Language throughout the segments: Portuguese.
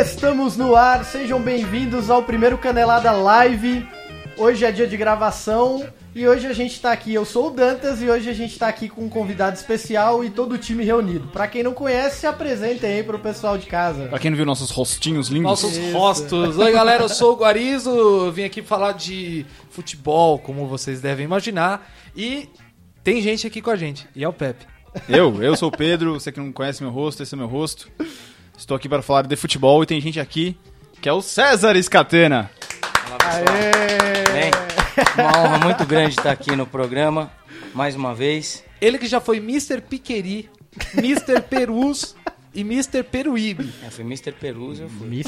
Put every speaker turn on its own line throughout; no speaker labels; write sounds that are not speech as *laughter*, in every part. Estamos no ar, sejam bem-vindos ao primeiro Canelada Live. Hoje é dia de gravação e hoje a gente tá aqui. Eu sou o Dantas e hoje a gente tá aqui com um convidado especial e todo o time reunido. Pra quem não conhece, se apresentem aí pro pessoal de casa.
Pra quem não viu nossos rostinhos lindos,
Nossos rostos. Oi, galera, eu sou o Guarizo, eu vim aqui falar de futebol, como vocês devem imaginar, e tem gente aqui com a gente, e é o Pepe.
eu, eu sou o Pedro, você que não conhece meu rosto, esse é meu rosto. Estou aqui para falar de futebol e tem gente aqui que é o César Escatena.
Bem, uma honra muito grande estar aqui no programa, mais uma vez.
Ele que já foi Mr. Piqueri, Mr. Perus e Mr. Peruíbe.
Eu fui Mr. Peruso, eu fui.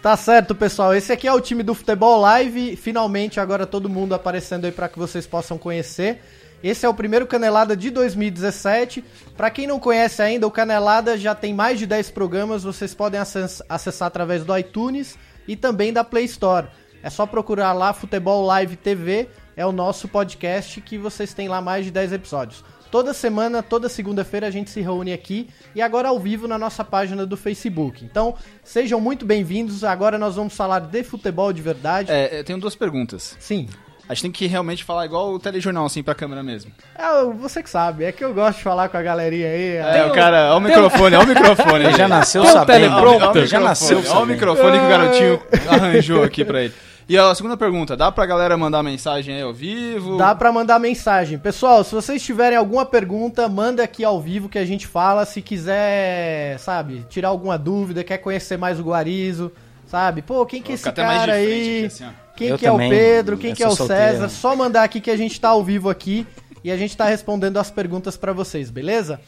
Tá certo, pessoal. Esse aqui é o time do Futebol Live. Finalmente, agora todo mundo aparecendo aí para que vocês possam conhecer. Esse é o primeiro Canelada de 2017. Para quem não conhece ainda, o Canelada já tem mais de 10 programas. Vocês podem acess- acessar através do iTunes e também da Play Store. É só procurar lá Futebol Live TV. É o nosso podcast que vocês têm lá mais de 10 episódios. Toda semana, toda segunda-feira a gente se reúne aqui e agora ao vivo na nossa página do Facebook. Então, sejam muito bem-vindos. Agora nós vamos falar de futebol de verdade.
É, eu tenho duas perguntas.
Sim.
A gente tem que realmente falar igual o telejornal, assim, pra câmera mesmo.
É, você que sabe, é que eu gosto de falar com a galerinha aí.
é, o cara, ó o microfone, ó o microfone.
Ele já nasceu
Tem um
sabendo.
teleprompter.
Ele já nasceu
Olha o
sabendo.
microfone que o garotinho arranjou aqui pra ele. E a segunda pergunta, dá pra galera mandar mensagem aí ao vivo?
Dá pra mandar mensagem. Pessoal, se vocês tiverem alguma pergunta, manda aqui ao vivo que a gente fala. Se quiser, sabe, tirar alguma dúvida, quer conhecer mais o Guarizo, sabe? Pô, quem que é
Vou
esse
ficar até mais
cara
de frente
aí?
aqui, assim, ó.
Quem
Eu
que é o
também,
Pedro, quem
eu
que é o
sou solteiro.
César, só mandar aqui que a gente tá ao vivo aqui e a gente tá respondendo as perguntas pra vocês, beleza?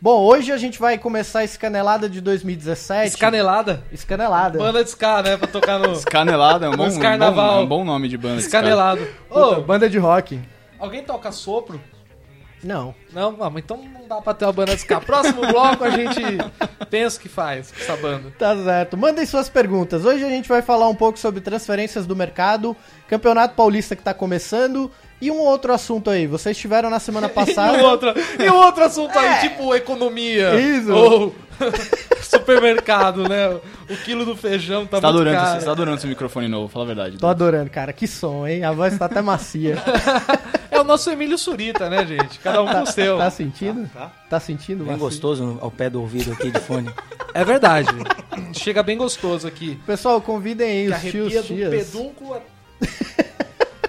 Bom, hoje a gente vai começar esse Canelada de 2017.
Escanelada.
Escanelada.
Banda de ska, né, pra tocar no
Canelada é um bom,
Os carnaval.
é um bom nome de banda.
escanelado.
Puta,
Ô,
banda de rock.
alguém toca sopro?
Não.
Não, ah, mas então não dá pra ter uma banda de ska. Próximo bloco a gente pensa o que faz com essa banda.
Tá certo. Mandem suas perguntas. Hoje a gente vai falar um pouco sobre transferências do mercado, Campeonato Paulista que tá começando e um outro assunto aí. Vocês tiveram na semana
*laughs* E
passada.
outro, e outro assunto aí, tipo economia.
Isso.
Ou *laughs* supermercado, né? O quilo do feijão tá
Você tá,
muito
adorando,
caro.
você tá adorando esse microfone novo, fala a verdade.
Tô adorando, cara. Que som, hein? A voz tá até macia.
tá-
É o nosso Emílio Surita, né, gente? Cada um com o seu.
Tá sentindo? Tá sentindo?
Bem
macio?
gostoso no- ao pé do ouvido aqui de fone.
É verdade. Chega bem gostoso aqui.
Pessoal, convidem aí
Que
os
arrepia
tios,
do
tias.
pedúnculo. a-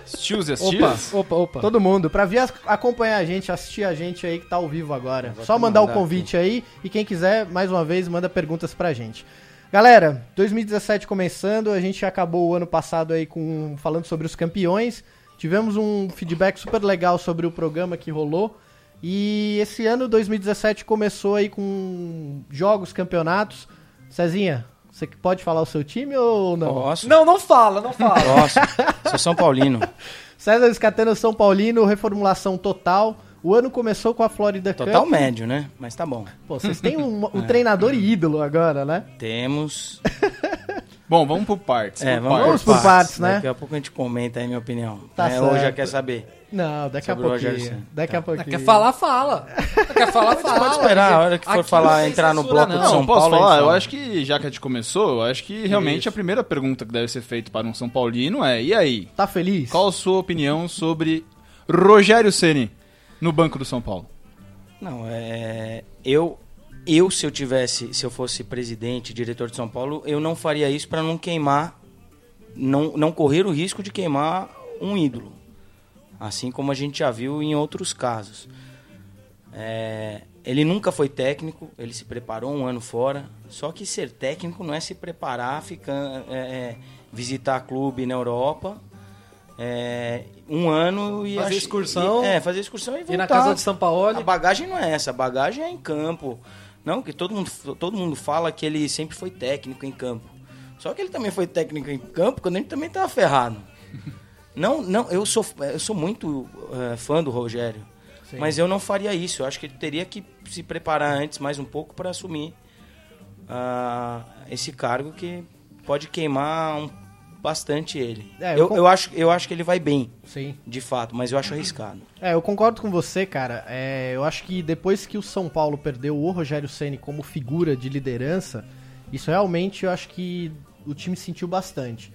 Tios e as
Opa,
tias?
opa, opa.
Todo mundo, pra vir as- acompanhar a gente, assistir a gente aí que tá ao vivo agora. Só mandar o
mandar
convite aí e quem quiser, mais uma vez, manda perguntas pra gente. Galera, 2017 começando, a gente acabou o ano passado aí com falando sobre os campeões. Tivemos um feedback super legal sobre o programa que rolou. E esse ano, 2017, começou aí com jogos, campeonatos. Cezinha, você que pode falar o seu time ou não?
Posso?
Não, não fala, não
*laughs*
fala.
Posso. Sou São Paulino.
César Escatena, São Paulino, reformulação total. O ano começou com a Florida
Total É.
Cup.
médio, né? Mas tá bom.
Pô, vocês têm
*laughs*
um, um treinador e ídolo agora, né?
Temos.
Bom, vamos por partes.
É,
por
vamos,
partes.
por partes, né?
Daqui a pouco a gente comenta aí minha opinião.
Tá
é, ou já
certo.
quer saber?
Não, daqui
Sobre o Tá.
a pouquinho.
Rogério Ceni.
daqui a pouquinho.
Quer falar, fala. Quer falar, fala.
pode esperar, a hora que for
Aqui não
falar,
tem
entrar no
censura,
bloco de
não.
Não,
São
posso
Paulo,
falar?
hein,
Eu
fala.
acho que, já que a gente começou, eu acho que realmente a primeira pergunta que deve ser feita para um São Paulino é: e aí?
Tá feliz?
Qual a sua opinião sobre Rogério Ceni no Banco do São Paulo?
Não, é. Eu, eu se eu tivesse, se eu fosse presidente, diretor de São Paulo, eu não faria isso para não queimar, não, não correr o risco de queimar um ídolo. Assim como a gente já viu em outros casos. É, ele nunca foi técnico, ele se preparou um ano fora. Só que ser técnico não é se preparar, ficar, é, é, visitar clube na Europa. é, um ano e
Fazer
ach-
excursão.
e- é, fazer excursão e voltar.
E na casa de São
A
Paulo.
bagagem não é essa, a bagagem é em campo. Não, que todo mundo, todo mundo fala que ele sempre foi técnico em campo. Só que ele também foi técnico em campo quando ele também
*laughs*
estava ferrado. Não, não, eu sou, eu sou muito eh, fã do Rogério. Mas eu não faria isso. Eu acho que ele teria que se preparar antes mais um pouco para assumir ah, esse cargo que pode queimar um, bastante ele.
É, eu
eu,
con-
eu acho, eu acho que ele vai bem,
Sim.
de fato, mas eu acho arriscado.
É, eu concordo com você, cara. É, eu acho que depois que o São Paulo perdeu o Rogério Ceni como figura de liderança, isso realmente eu acho que o time sentiu bastante.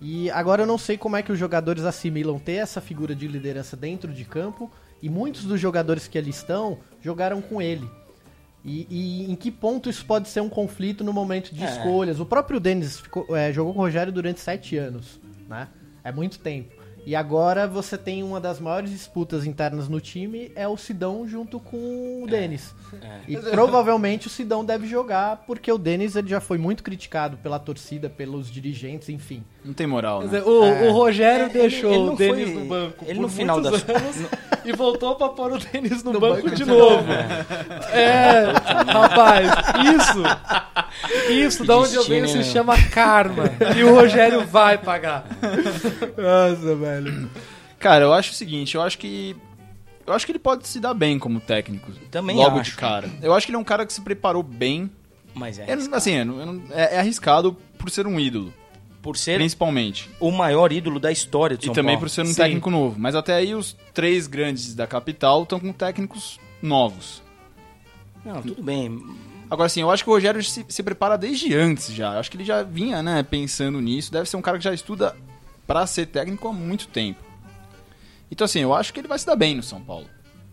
E agora eu não sei como é que os jogadores assimilam ter essa figura de liderança dentro de campo. E muitos dos jogadores que ali estão jogaram com ele. E, e em que ponto isso pode ser um conflito no momento de
É.
escolhas? O próprio Denis ficou- é, jogou com o Rogério durante sete anos, né? É muito tempo. E agora você tem uma das maiores disputas internas no time, é o Sidão junto com o Denis. E provavelmente o Sidão deve jogar, porque o Denis ele já foi muito criticado pela torcida, pelos dirigentes, enfim.
Não tem moral,
Quer
né?
dizer, o, o Rogério deixou
É. ele não
o Denis
foi-
no banco
ele
por
no final
muitos
das- *laughs*
anos e voltou pra pôr o Denis no, banco, de novo. É, rapaz, isso, isso, da onde eu venho se
Destino, né?
chama karma. E o Rogério vai pagar. Nossa, velho.
Cara, eu acho o seguinte, eu acho que. Eu acho que ele pode se dar bem como técnico.
Também
Logo
acho.
de cara. Eu acho que ele é um cara que se preparou bem.
Mas é.
É, assim, é, não- é- é arriscado por ser um ídolo,
Por ser
principalmente.
o maior ídolo da história de São
e também
Paulo.
por ser um
Sim.
técnico novo. Mas até aí os três grandes da capital estão com técnicos novos.
Não, tudo bem.
Agora sim, eu acho que o Rogério se, se prepara desde antes já. Eu acho que ele já vinha, né, pensando nisso. Deve ser um cara que já estuda pra ser técnico há muito tempo. Então assim, eu acho que ele vai se dar bem no São Paulo.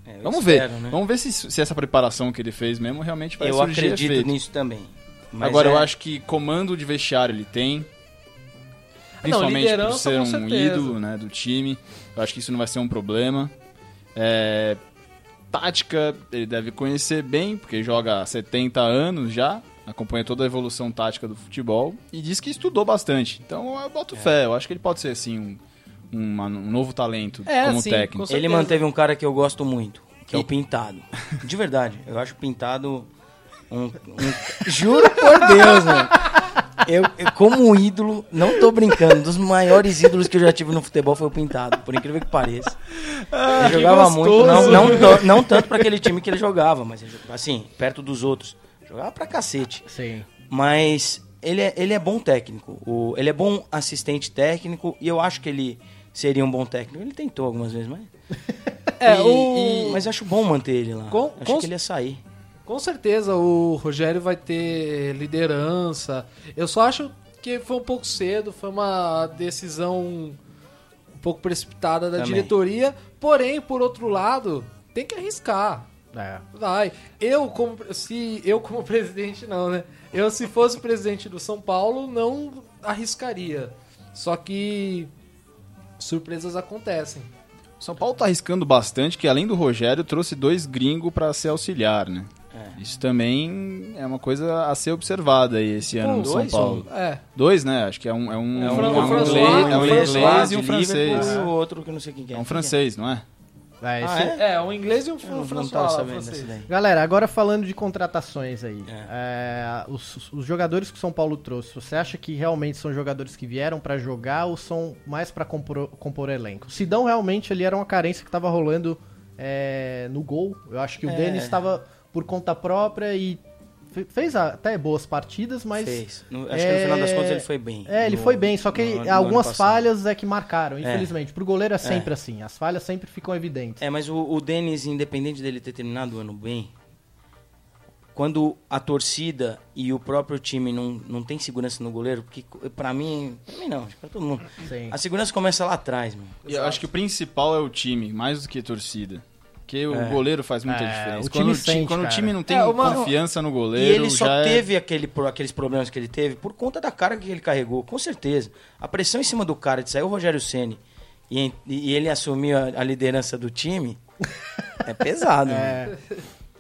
É, eu
Vamos
espero,
ver.
né?
Vamos ver se, isso- se essa preparação que ele fez mesmo realmente vai
Eu
surgir
acredito
efeito.
nisso também. Mas
Agora
é-
eu acho que comando de vestiário ele tem. Principalmente por
Ah, liderança,
ser
com
um
certeza.
ídolo né, do time. Eu acho que isso não vai ser um problema. É, tática, ele deve conhecer bem, porque joga há 70 anos já. Acompanha toda a evolução tática do futebol. E diz que estudou bastante. Então eu
É.
boto fé. Eu acho que ele pode ser assim um, uma- um novo talento
É,
como
sim,
técnico.
com certeza.
Ele manteve um cara que eu gosto muito, que é
E-
o Pintado. De verdade, eu acho o Pintado um. um- *laughs* Juro por Deus, mano. Eu, eu, como um ídolo, não tô brincando, um dos maiores ídolos que eu já tive no futebol foi o Pintado, por incrível que pareça.
Ah,
Ele jogava muito, não, não, tan- não tanto pra aquele time que ele jogava, mas ele, jogava, assim, perto dos outros. Jogava pra cacete.
Sim.
Mas ele é, ele é bom técnico. O- ele é bom assistente técnico e eu acho que ele seria um bom técnico. Ele tentou algumas vezes, mas.
É,
E-
o-
e- mas acho bom manter ele lá.
Com-
acho
com-
que ele ia sair.
Com certeza o Rogério vai ter liderança. Eu só acho que foi um pouco cedo, foi uma decisão um pouco precipitada da
Também.
diretoria. Porém, por outro lado, tem que arriscar.
É.
Vai. Eu como se eu como *laughs* presidente não, né? Eu se fosse presidente do São Paulo não arriscaria. Só que surpresas acontecem.
São Paulo tá arriscando bastante, que além do Rogério, trouxe dois gringos pra ser auxiliar, né? Isso também é uma coisa a ser observada aí esse ano no São
dois,
Paulo.
É.
Dois, né? Acho que é um é um,
É
Fran-
é
o François-
inglês, é um
o
inglês
François
e um
de Liverpool
francês.
E o outro que eu não sei quem que é.
É um francês, não é?
É, esse-
Ah, é?
É, um inglês e um
Eu não, não
francês.
tava sabendo dessa daí.
Galera, agora falando de contratações aí. É, os, os jogadores que o São Paulo trouxe, você acha que realmente são jogadores que vieram pra jogar ou são mais pra compor, compor elenco? O Sidão realmente ele era uma carência que tava rolando é, no gol. Eu acho que o
É.
Denis estava por conta própria e fe- fez até boas partidas, mas.
Fez. No- acho que no final das contas ele foi bem.
É, ele
No-
foi bem, só que
no- no ano
algumas
passado.
falhas é que marcaram, infelizmente. Pro goleiro é sempre assim, as falhas sempre ficam evidentes.
É, mas o, o Denis, independente dele ter terminado o ano bem, quando a torcida e o próprio time não, não tem segurança no goleiro, porque co- pra mim, pra mim não, acho que pra todo mundo.
Sim.
A segurança começa lá atrás, meu.
E eu acho que o principal é o time, mais do que a torcida. Porque o goleiro faz muita
É,
diferença.
o time
quando, o,
sente,
time, quando o
cara.
time não tem
É, uma-
confiança no
E
goleiro,
ele
já
só
é-
teve aquele, pro- aqueles problemas que ele teve por conta da carga que ele carregou, com certeza. A pressão em cima do cara de sair o Rogério Ceni e, en- e ele assumir a, a liderança do time é pesado. né? A
É,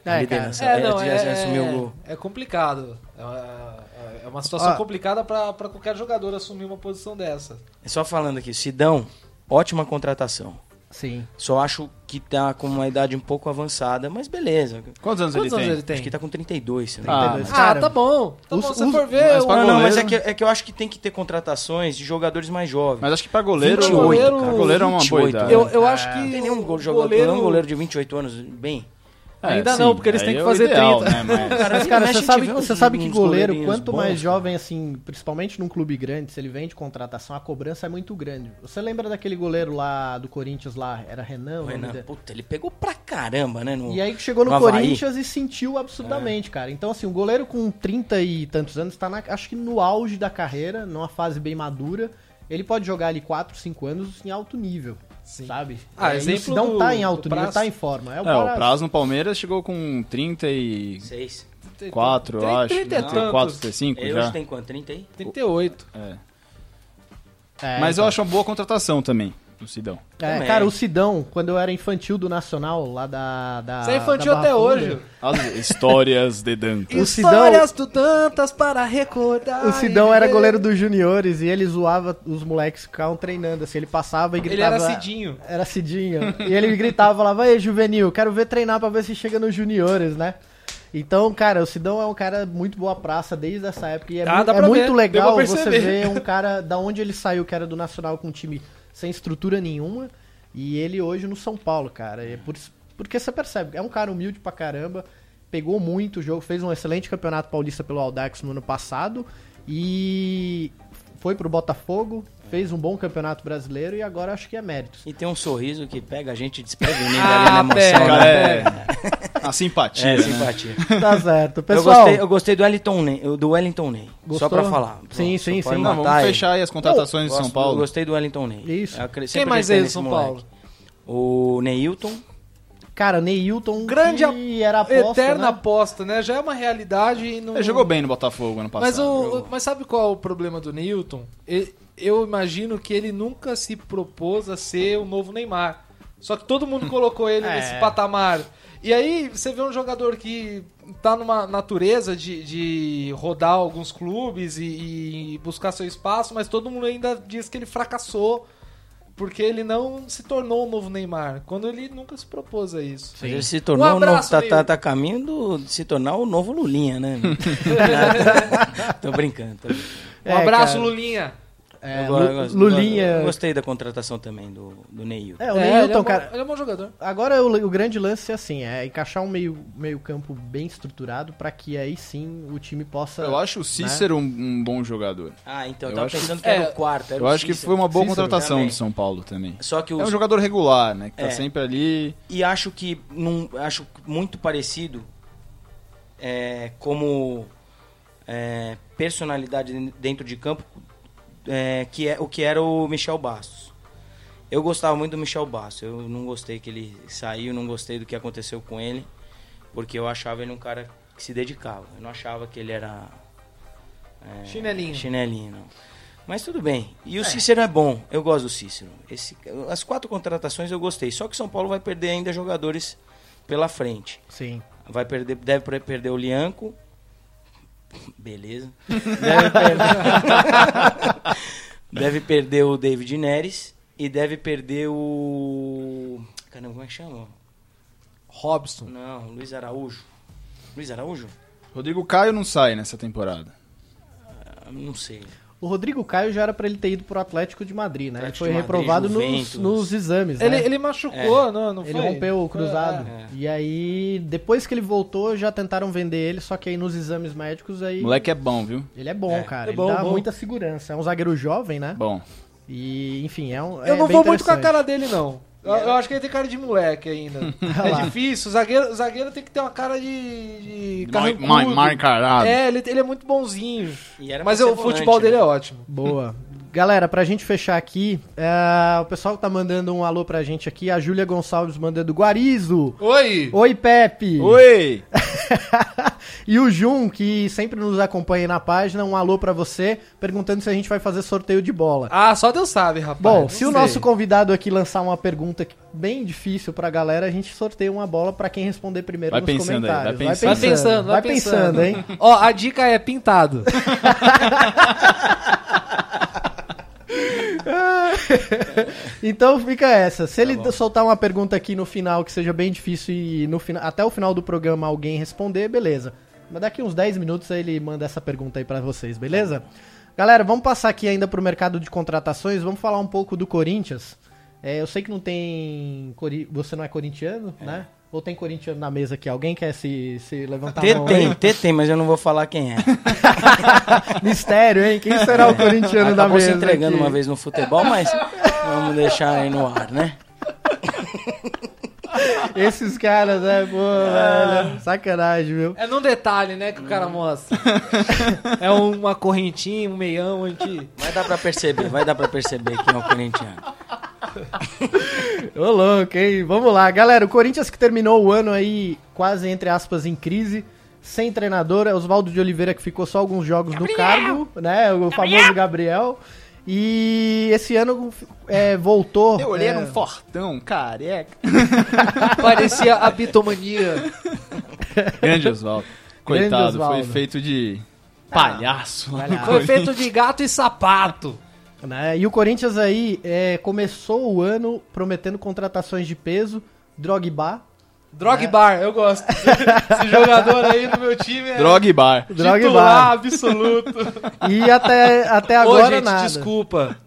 cara.
liderança.
É,
Ele
não,
já-
é,
já assumiu o gol.
é complicado. É uma, é uma situação
Ó.
complicada pra pra qualquer jogador assumir uma posição dessa.
É Só falando aqui, Sidão, ótima contratação.
Sim.
Só acho que tá com uma idade um pouco avançada, mas beleza.
Quantos anos ele
Quantos anos
tem?
ele tem?
Acho que tá com 32, se não me
Ah,
engano.
Entendeu?
mas-
Cara,
ah, tá bom. Tá
os-
bom, se
os-
for ver...
mas
o-
pra
Não, não, mas é que,
goleiro-
é que eu acho que tem que ter contratações de jogadores mais jovens.
Mas acho que pra goleiro,
28,
goleiro é uma boa
28,
idade.
né?
Eu, eu acho que
Não tem
o
nenhum go- jogador, não é um goleiro de 28 anos bem.
Ainda não, porque eles
aí
têm que
é o
fazer
ideal, Né?
30.
Mas...
Mas, cara,
mexe,
você
a gente
sabe,
vê
você
uns-
sabe que
uns
goleiro,
goleirinhos
quanto
bons,
mais
cara.
jovem, assim, principalmente num clube grande, se ele vem de contratação, a cobrança é muito grande. Você lembra daquele goleiro lá do Corinthians lá, era Renan? o nome
Renan,
dele?
né? puta, ele pegou pra caramba, né? No...
né? E aí que chegou no
No Havaí.
Corinthians e sentiu absurdamente, cara. Então, assim, o goleiro com 30 e tantos anos tá, na- acho que no auge da carreira, numa fase bem madura. Ele pode jogar ali 4, 5 anos em alto nível, sabe?
Ah,
E aí,
exemplo
se não
do-
tá em alto
do
nível,
Prazo.
tá em forma. É o
É, o
cara-
prazo no Palmeiras chegou com 34,
Seis.
Tem-
eu
tem
acho.
30 e
né?
tantos.
34, 35
Ele
já.
hoje tem quanto? 30 aí?
38.
É.
É,
Mas
então.
eu acho uma boa contratação também, do Sidão.
É,
Também.
cara, o Sidão, quando eu era infantil do Nacional, lá da. da
Você é infantil
da Barra
até
Funda,
hoje.
As histórias de Dantas.
O Sidão-
Histórias do tantas para recordar.
O Sidão era goleiro dos juniores e ele zoava os moleques que ficavam treinando. Assim, ele passava e
Ele
gritava.
era Cidinho.
Era Cidinho. e ele gritava, falava, ei, Juvenil, quero ver treinar pra ver se chega nos juniores, né? Então, cara, o Sidão é um cara muito boa praça desde essa época. E é,
Ah,
mu-
dá
é
pra
muito
ver,
legal
deu pra
você
perceber.
ver
*laughs*
um cara da onde ele saiu, que era do Nacional com um time sem estrutura nenhuma. E ele hoje no São Paulo, cara. É por isso- porque você percebe, é um cara humilde pra caramba, pegou muito o jogo, fez um excelente campeonato paulista pelo Aldax no ano passado e foi pro Botafogo, fez um bom campeonato brasileiro e agora acho que é mérito.
E tem um sorriso que pega a gente desprevenido
Ah,
ali na emoção.
pega,
Cara,
né?
é. A simpatia.
É,
né?
simpatia.
*laughs* Tá certo.
eu,
Pessoal,
gostei, eu gostei do Wellington Ney, do Wellington Ney
Gostou?
só pra falar.
Sim,
Só
sim,
pode
sim.
Não, vamos
matar ele.
fechar aí as contratações de
tá Gosto
São
do-
Paulo.
gostei do Wellington Ney.
Isso.
Eu acre-
Quem
sempre
mais
acreditei
é do
nesse
São Paulo?
moleque. O Neilton.
cara,
Um
Neilton,
Grande
que era aposta,
Eterna
né?
aposta, né? Já é uma realidade e não.
Ele jogou bem no Botafogo ano passado.
Mas, o- o- mas sabe qual é o problema do Newton? E- Eu imagino que ele nunca se propôs a ser o novo Neymar. Só que todo mundo colocou
*laughs*
ele
É.
nesse patamar. E aí você vê um jogador que tá numa natureza de, de rodar alguns clubes e, e buscar seu espaço, mas todo mundo ainda diz que ele fracassou porque ele não se tornou o novo Neymar, quando ele nunca se propôs a isso.
Mas Ele se tornou
Um
um novo,
abraço,
tá,
Neilton.
tá, tá a caminho do, de se tornar o novo Lulinha, né? tô brincando. Tô brincando.
Um
É,
abraço,
cara.
Lulinha!
É,
Eu go- eu
Lu-
gosto-
Lulinha.
eu Gostei da contratação também do, do Neilton.
É, o
ele
Neilton,
bom-
cara.
Ele é um bom jogador.
Agora o, o grande lance é assim, é encaixar um meio, meio campo bem estruturado pra que aí sim o time
É
possa.
Eu acho o Cícero um, um bom jogador.
Ah, então,
Eu
eu tava
acho-
pensando que era
é,
o quarto. era
Eu
o
acho que
Cícero.
foi uma boa
Cícero
contratação
também.
de São Paulo também.
Só que
É
os,
um jogador regular, né? Que tá
É.
sempre ali.
E acho que num, acho muito parecido é, como é, personalidade dentro de campo é, que é o que era o Michel Bastos. Eu gostava muito do Michel Bastos. Eu não gostei que ele saiu, não gostei do que aconteceu com ele, porque eu achava ele um cara que se dedicava. Eu não achava que ele era é,
Chinelinho.
Chinelinho, não. Mas tudo bem. E o Cícero é bom. Eu gosto do Cícero. Esse- as quatro contratações eu gostei. Só que São Paulo vai perder ainda jogadores pela frente.
Sim.
Vai perder, deve pre- perder o Lianco. Beleza. Deve perder, *laughs* deve perder o David Neres e deve perder o. Caramba, como é que chama?
Robson.
Não, Luiz Araújo. Luiz Araújo?
Rodrigo Caio não sai nessa temporada.
Ah, Não sei.
O Rodrigo Caio já era pra ele ter ido pro Atlético de Madrid, né?
Atlético
ele
de
foi
Madrid,
reprovado nos,
Juventus.
nos exames,
Ele,
né?
ele machucou, não, não
Ele
foi?
rompeu o cruzado.
É.
E aí, depois que ele voltou, já tentaram vender ele, só que aí nos exames médicos aí.
O moleque é bom, viu?
Ele é bom,
É.
cara.
É bom,
ele dá
bom.
muita segurança. É um zagueiro jovem, né?
Bom.
E, enfim, é um.
Eu não vou muito com a cara dele, não. Eu, eu acho que ele tem cara de moleque ainda.
*laughs* lá.
é difícil. O zagueiro, o zagueiro tem que ter uma cara de. de
Mar,
carrancudo.
mar, mar carado.
É, ele, ele é muito bonzinho.
E era pra
Mas
ser
o
volante,
futebol
né?
dele é ótimo.
Boa. Galera, pra gente fechar aqui, é, o pessoal tá mandando um alô pra gente aqui. A Júlia Gonçalves mandando Guarizo.
Oi!
Oi, Pepe.
Oi!
e o Jun, que sempre nos acompanha aí na página, um alô pra você, perguntando se a gente vai fazer sorteio de bola.
Ah, só Deus sabe, rapaz.
Bom,
Não
se
sei.
o nosso convidado aqui lançar uma pergunta que- bem difícil pra galera, a gente sorteia uma bola pra quem responder primeiro
Vai
nos
pensando aí, vai
comentários.
pensando.
Vai pensando, vai
pensando,
pensando.
hein?
Ó, a dica é pintado.
Então fica essa.
Tá
Se ele soltar uma pergunta aqui no final que seja bem difícil e no final, até o final do programa alguém responder, beleza. Mas daqui uns 10 minutos aí ele manda essa pergunta aí pra vocês, beleza? Galera, vamos passar aqui ainda pro mercado de contratações, vamos falar um pouco do Corinthians. É, eu sei que não tem. cori- Você não é corintiano, né? Ou tem corintiano na mesa aqui? Alguém quer se, se levantar a
T
mão?
tem,
aí?
T tem, mas eu não vou falar quem é.
Mistério, hein? Quem será
*laughs*
o corintiano da
Acabou
mesa?
se entregando
aqui?
uma vez no futebol, mas vamos deixar aí no ar, né?
Esses caras, né? Pô,
Ah.
velho. Sacanagem, viu?
É num detalhe, né, que o
*laughs*
cara mostra. é uma correntinha, um meião, anti.
Vai dar pra perceber, vai dar pra perceber quem é o corintiano.
Ô, louco, hein? Vamos lá, galera. O Corinthians que terminou o ano aí quase, entre aspas, em crise, sem treinador. É Oswaldo de Oliveira que ficou só alguns jogos no cargo, né? O famoso Gabriel. E esse ano é, voltou.
Eu
*laughs*
olhei,
é,
era um fortão, careca.
Parecia a bitomania.
Grande Oswaldo. Coitado,
Oswaldo.
foi feito de palhaço. lá no
palhaço.
Foi feito de gato e sapato.
*laughs* né? E o Corinthians aí é, começou o ano prometendo contratações de peso, Drogba.
Drogbar, eu gosto. Esse jogador aí do meu time é
Drog Bar.
Drogba.
titular absoluto.
E até, até
Ô,
agora
gente,
nada.
desculpa.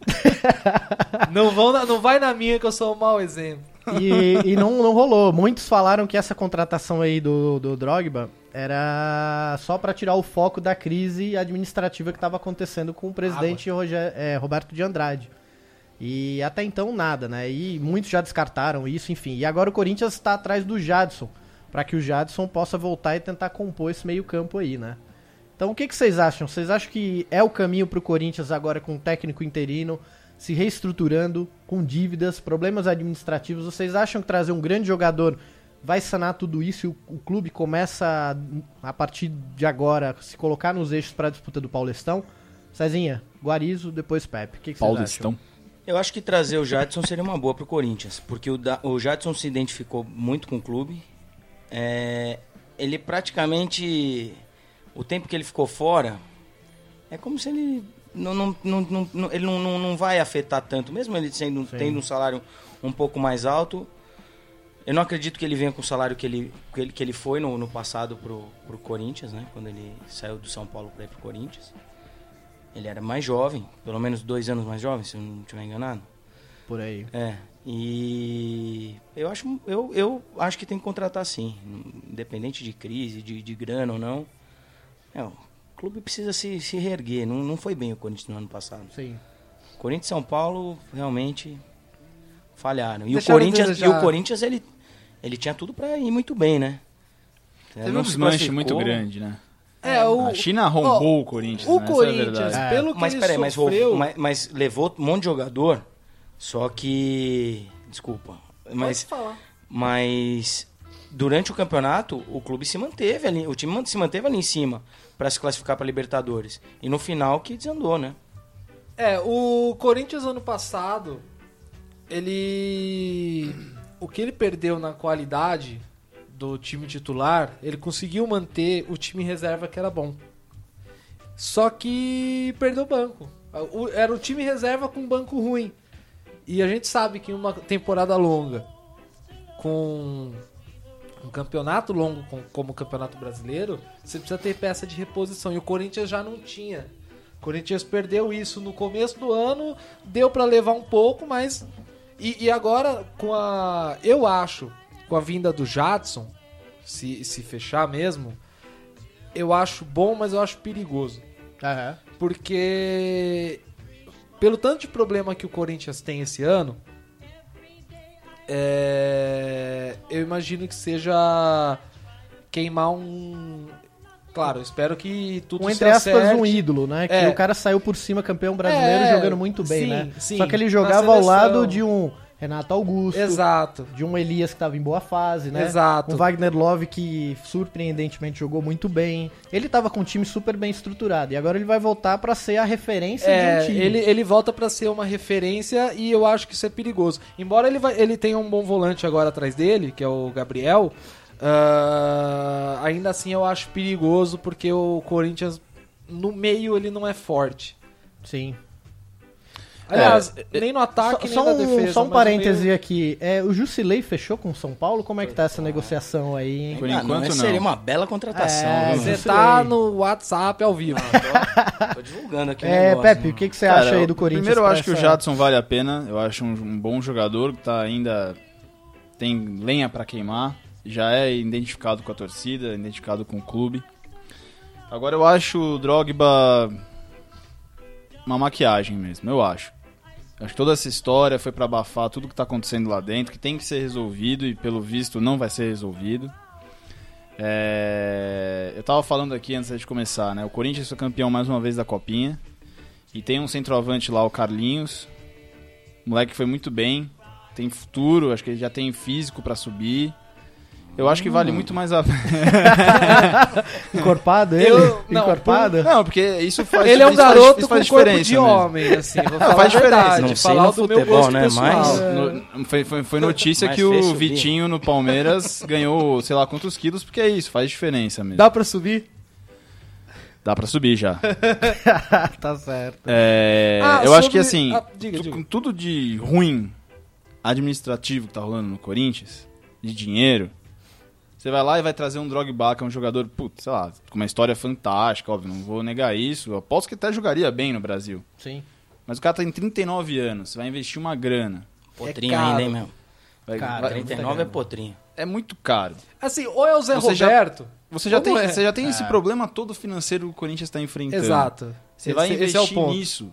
não, vão na- não vai na minha que eu sou um mau exemplo.
E, e não, não rolou. Muitos falaram que essa contratação aí do, do Drogba era só pra tirar o foco da crise administrativa que estava acontecendo com o presidente Roger, é, Roberto de Andrade. E até então nada, né? E muitos já descartaram isso, enfim. E agora o Corinthians está atrás do Jadson, pra que o Jadson possa voltar e tentar compor esse meio-campo aí, né? Então o que, que vocês acham? Vocês acham que é o caminho pro Corinthians agora com o técnico interino, se reestruturando, com dívidas, problemas administrativos? Vocês acham que trazer um grande jogador vai sanar tudo isso e o, o clube começa a, a partir de agora se colocar nos eixos pra disputa do Paulistão? Cezinha, Guarizo, depois Pepe. O que, que vocês acham?
Paulistão.
Eu acho que trazer o Jadson seria uma boa pro Corinthians, porque o, da, o Jadson se identificou muito com o clube. É, ele praticamente. O tempo que ele ficou fora, é como se ele. Não, não, não, não- não- ele não, não, não vai afetar tanto, mesmo ele sendo, tendo um salário um pouco mais alto. Eu não acredito que ele venha com o salário que ele, que ele, que ele foi no, no passado pro, pro Corinthians, né? Quando ele saiu do São Paulo para ir pro Corinthians. Ele era mais jovem, pelo menos dois anos mais jovem, se eu não estiver enganado.
Por aí.
É. E eu acho, eu, eu acho que tem que contratar sim. Independente de crise, de, de grana ou não. É, o clube precisa se, se reerguer. Não, não foi bem o Corinthians no ano passado.
Sim.
Corinthians e São Paulo realmente falharam. E o
Deixaram
Corinthians, e
desejar.
o Corinthians ele, ele tinha tudo pra ir muito bem, né?
Teve
Não
um
se
desmanche muito
classificou.
grande, né?
É, o,
A China arrombou
Ó,
o Corinthians.
o
né? Essa é a
Corinthians,
verdade.
pelo que
Mas
ele
peraí, mas,
sofreu...
ro- mas, mas levou um monte de jogador, só que. Desculpa. Mas,
falar.
mas durante o campeonato, o clube se manteve ali, o time man- se manteve ali em cima pra se classificar pra Libertadores. E no final que desandou, né?
É, o Corinthians ano passado, ele. O que ele perdeu na qualidade do time titular, ele conseguiu manter o time reserva que era bom. Só que perdeu o banco. O- Era o time reserva com banco ruim. E a gente sabe que uma temporada longa, com um campeonato longo com- como o Campeonato Brasileiro, você precisa ter peça de reposição. E o Corinthians já não tinha. O Corinthians perdeu isso no começo do ano, deu pra levar um pouco, mas. E, e agora, com a. Eu acho, com a vinda do Jadson, se, se fechar mesmo, eu acho bom, mas eu acho perigoso.
Aham.
Porque pelo tanto de problema que o Corinthians tem esse ano, é, eu imagino que seja queimar um. Claro, eu espero que tudo
Um,
se
entre aspas,
acerte.
um ídolo, né? Que
É.
o cara saiu por cima campeão brasileiro
É,
jogando muito bem,
sim,
né?
sim.
Só que ele
Na
jogava ao
seleção.
lado de um Renato Augusto,
Exato.
de um Elias que estava em boa fase, né?
Exato.
Um Wagner Love que surpreendentemente jogou muito bem. Ele tava com um time super bem estruturado e agora ele vai voltar pra ser a referência
É,
de um time.
ele, ele volta pra ser uma referência e eu acho que isso é perigoso. Embora ele, vai, ele tenha um bom volante agora atrás dele, que é o Gabriel, ah, ainda assim eu acho perigoso porque o Corinthians no meio ele não é forte.
Sim.
Aliás, nem no ataque,
é, só,
nem
um,
na defesa.
só um
mas
parêntese
meio-
aqui. É, o Jusilei fechou com o São Paulo? Como é que tá essa negociação aí, hein?
Por
Ah,
enquanto,
é-
não.
Seria uma bela contratação.
É,
viu,
Zé-
mano?
Você tá no WhatsApp
*laughs*
ao vivo.
Tô divulgando aqui o
É,
negócio. né?
Pepe, o que, que você
Cara,
acha aí do
eu-
Corinthians?
Primeiro, eu
pra
acho que o
essa-
Jadson vale a pena. Eu acho um, um bom jogador que tá ainda. tem lenha pra queimar. Já é identificado com a torcida, identificado com o clube. Agora eu acho o Drogba uma maquiagem mesmo, eu acho. Acho que toda essa história foi pra abafar tudo que tá acontecendo lá dentro, que tem que ser resolvido e pelo visto não vai ser resolvido. É, Eu tava falando aqui antes de começar, né? O Corinthians foi campeão mais uma vez da Copinha. E tem um centroavante lá, o Carlinhos. O moleque foi muito bem. Tem futuro, acho que ele já tem físico pra subir. Eu acho que vale
Hum.
muito mais a
Encorpado ele?
Eu- não,
Encorpado?
Não, porque isso faz
Ele é um
isso faz-
garoto
isso
com
faz
corpo
diferença
de
mesmo. *laughs*
homem, assim. Vou falar
faz
a verdade,
diferença. Não sei
falar
no
do meu
futebol,
gosto
né,
pessoal.
mas-
Ah.
No- foi, foi, foi notícia
Mas
que o
fez subir.
Vitinho no
*laughs*
Palmeiras ganhou sei lá quantos quilos, porque é isso, faz diferença mesmo. Dá,
Dá pra subir?
Dá pra subir
*laughs*
já.
tá certo.
É,
Ah,
eu acho que
sobre-
assim,
ah, diga,
tu-
diga.
com tudo de ruim administrativo que tá rolando no Corinthians, de dinheiro, você vai lá e vai trazer um Drogba, que é um jogador, putz, sei lá, com uma história fantástica, óbvio, não vou negar isso. Eu aposto que até jogaria bem no Brasil.
Sim.
Mas o cara tá tem 39 anos, você vai investir uma grana.
Potrinho
É caro.
ainda, hein, meu?
Vai-
Cara,
Ah, vai-
39 é potrinho.
é muito caro.
Assim, ou é o Zé
Você já-
Roberto...
Você já,
Como
tem,
é?
você já tem esse problema todo financeiro que o Corinthians está enfrentando.
Exato.
Você vai
Esse-
investir
esse é o ponto.
nisso.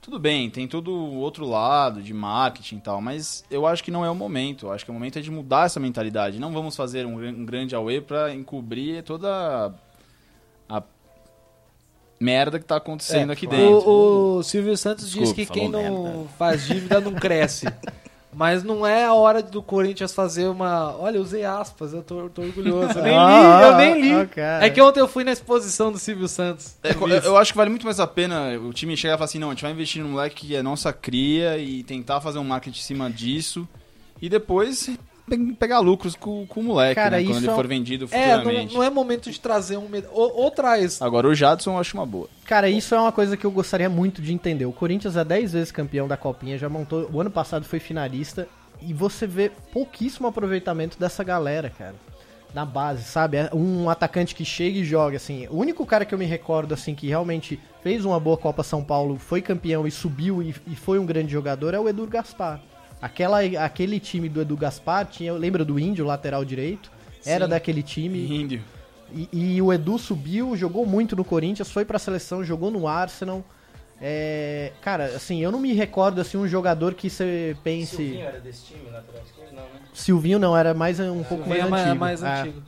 Tudo bem, tem todo o outro lado de marketing e tal, mas eu acho que não é o momento. Eu acho que o momento é de mudar essa mentalidade. Não vamos fazer um, gran- um grande away para encobrir toda a, a merda que tá acontecendo aqui dentro.
É, O, o Silvio Santos diz
Desculpa,
que
falou
quem não
merda.
faz dívida não
*laughs*
cresce. Mas não é a hora do Corinthians fazer uma. Olha, eu usei aspas, eu tô, eu tô orgulhoso. Eu nem
Ah,
li, eu nem li.
ah, cara.
é que ontem eu fui na exposição do Silvio Santos.
É, eu, eu acho que vale muito mais a pena o time chegar e falar assim, não, a gente vai investir num moleque que é nossa cria e tentar fazer um marketing em cima disso e depois pe- pegar lucros com, com o moleque,
Cara,
né, quando
isso
ele
é um-
for vendido
É, não,
futuramente. Ah,
não é momento de trazer um. med- Ou, ou traz.
Agora o Jadson eu acho uma boa.
Cara, isso é uma coisa que eu gostaria muito de entender. O Corinthians é 10 vezes campeão da Copinha, já montou. O ano passado foi finalista. E você vê pouquíssimo aproveitamento dessa galera, cara. Na base, sabe? É Um atacante que chega e joga, assim. O único cara que eu me recordo, assim, que realmente fez uma boa Copa São Paulo, foi campeão e subiu e, e foi um grande jogador é o Edu Gaspar. Aquela, aquele time do Edu Gaspar tinha. Lembra do Índio, lateral direito? Era daquele time.
Índio.
E, e o Edu subiu, jogou muito no Corinthians, foi pra seleção, jogou no Arsenal. É, cara, assim, eu não me recordo assim um jogador que você pense. Silvinho.
era desse time, lateral esquerdo, não, né?
não, era mais um pouco mais
é ma-
antigo.
mais
Ah.
antigo.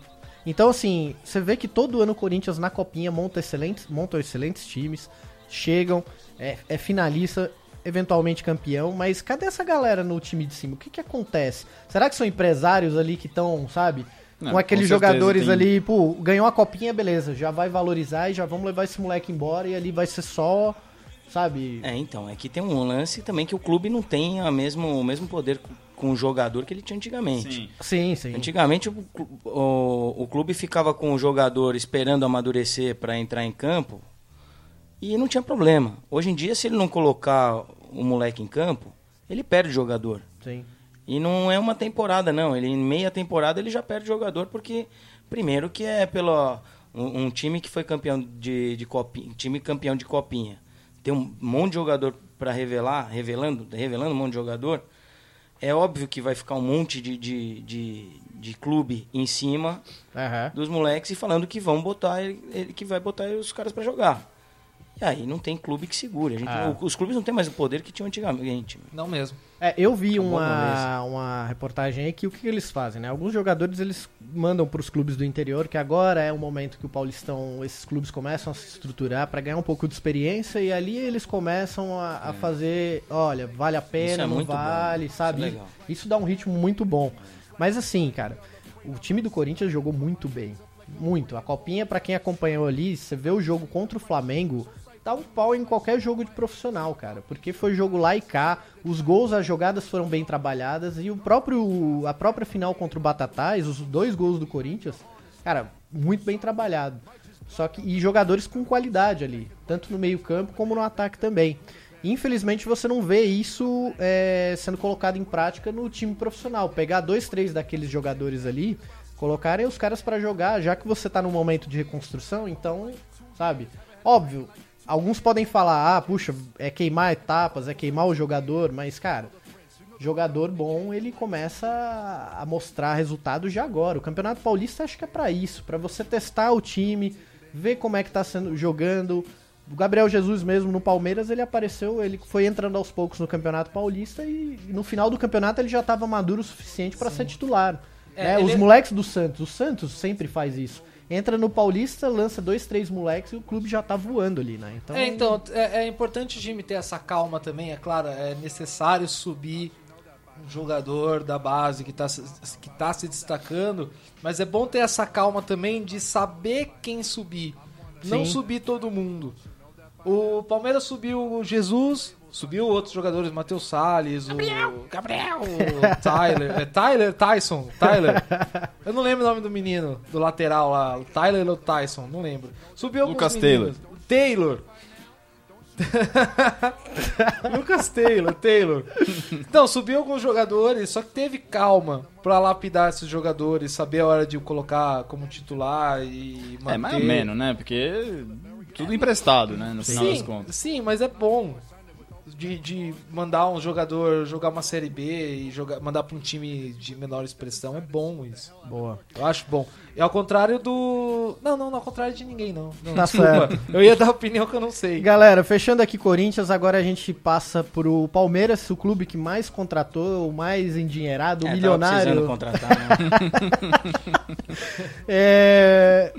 Então, assim, você vê que todo ano o Corinthians na copinha monta excelentes, monta excelentes times, chegam, é, é finalista, eventualmente campeão, mas cadê essa galera no time de cima? O que, que acontece? Será que são empresários ali que estão, sabe?
Não,
com aqueles
com certeza
jogadores
tem-
ali, pô, ganhou a copinha, beleza, já vai valorizar e já vamos levar esse moleque embora e ali vai ser só, sabe?
É, então, é que tem um lance também que o clube não tem a mesmo, o mesmo poder com o jogador que ele tinha antigamente.
Sim,
Sim.
sim.
Antigamente o, clu- o, o clube ficava com o jogador esperando amadurecer para entrar em campo e não tinha problema. Hoje em dia, se ele não colocar o moleque em campo, ele perde o jogador.
Sim.
E não é uma temporada, não. Ele, em meia temporada ele já perde jogador, porque, primeiro, que é pelo. Um, um time que foi campeão de, de copinha. Time campeão de copinha. Tem um monte de jogador para revelar, revelando, revelando um monte de jogador. É óbvio que vai ficar um monte de, de, de, de clube em cima
Aham.
dos moleques e falando que vão botar ele, ele- que vai botar os caras para jogar. E aí não tem clube que segure. A gente-
Ah.
Os clubes não têm mais o poder que tinham antigamente.
Não mesmo.
É, eu vi
Acabou
uma, uma reportagem aí que o que que eles fazem, né? Alguns jogadores eles mandam para os clubes do interior, que agora é o momento que o Paulistão, esses clubes começam a se estruturar para ganhar um pouco de experiência e ali eles começam a, a fazer, olha, vale a
Isso
pena,
é
não
muito bom.
vale,
Isso é
sabe?
legal.
Isso dá um ritmo muito bom. Mas assim, cara, o time do Corinthians jogou muito bem. Muito. A copinha, pra quem acompanhou ali, você vê o jogo contra o Flamengo, dá um pau em qualquer jogo de profissional, cara. Porque foi jogo lá e cá, os gols, as jogadas foram bem trabalhadas e o próprio a própria final contra o Batatais, os dois gols do Corinthians, cara, muito bem trabalhado. Só que e jogadores com qualidade ali, tanto no meio-campo como no ataque também. Infelizmente você não vê isso é, sendo colocado em prática no time profissional. Pegar dois, três daqueles jogadores ali, colocarem os caras pra jogar, já que você tá num momento de reconstrução, então, sabe? Óbvio, alguns podem falar, ah, puxa, é queimar etapas, é queimar o jogador, mas, cara, jogador bom, ele começa a mostrar resultados já agora. O Campeonato Paulista acho que é pra isso, pra você testar o time, ver como é que tá sendo jogando. O Gabriel Jesus mesmo no Palmeiras, ele apareceu, ele foi entrando aos poucos no Campeonato Paulista e no final do campeonato ele já tava maduro o suficiente pra ser titular.
É,
né?
ele
Os
é-
moleques do Santos, o Santos sempre faz isso. Entra no Paulista, lança dois, três moleques e o clube já tá voando ali, né? Então,
É, então, é, é importante o Jimmy ter essa calma também, é claro, é necessário subir um jogador da base que está que tá se destacando, mas é bom ter essa calma também de saber quem subir, não
Sim.
subir todo mundo. O Palmeiras subiu o Jesus, subiu outros jogadores, Matheus Salles, o Gabriel, o Tyler, é Tyler, Tyson, Tyler. Eu não lembro o nome do menino, do lateral lá, Tyler ou Tyson, não lembro. Subiu alguns
Lucas
meninos. Taylor. *laughs* Lucas Taylor, Taylor. Então, subiu alguns jogadores, só que teve calma pra lapidar esses jogadores, saber a hora de colocar como titular e manter.
É, mais ou menos, né? Porque tudo emprestado, né? No final das
Sim,
contas.
sim, mas é bom de, de mandar um jogador jogar uma Série B e jogar, mandar pra um time de menor expressão. É bom isso.
boa.
Eu acho bom. É ao contrário do... Não, não, não ao contrário de ninguém, não. não
Tá
desculpa. Eu ia dar opinião que eu não sei.
Galera, fechando aqui Corinthians, agora a gente passa pro Palmeiras, o clube que mais contratou, o mais endinheirado, o
É, tava precisando
milionário.
contratar, né?
É...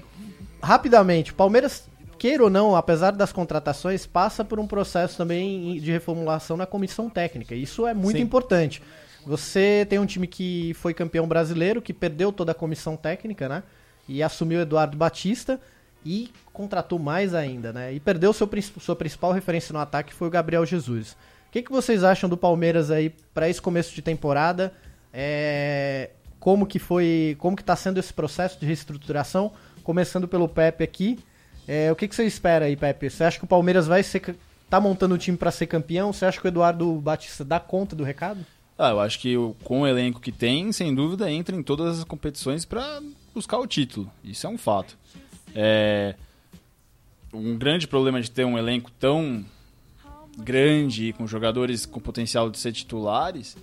Rapidamente, o Palmeiras, queira ou não, apesar das contratações, passa por um processo também de reformulação na comissão técnica. Isso é muito
Sim.
importante. Você tem um time que foi campeão brasileiro, que perdeu toda a comissão técnica, né? E assumiu Eduardo Batista e contratou mais ainda, né? E perdeu seu, princ- sua principal referência no ataque foi o Gabriel Jesus. O que, que vocês acham do Palmeiras aí para esse começo de temporada? É, como que foi, como que tá sendo esse processo de reestruturação? Começando pelo Pepe aqui. É, o que, que você espera aí, Pepe? Você acha que o Palmeiras vai ser, ca- tá montando o time para ser campeão? Você acha que o Eduardo Batista dá conta do recado?
Ah, eu acho que o- com o elenco que tem, sem dúvida, entra em todas as competições para buscar o título. Isso é um fato. É, Um grande problema de ter um elenco tão grande e com jogadores com potencial de ser titulares,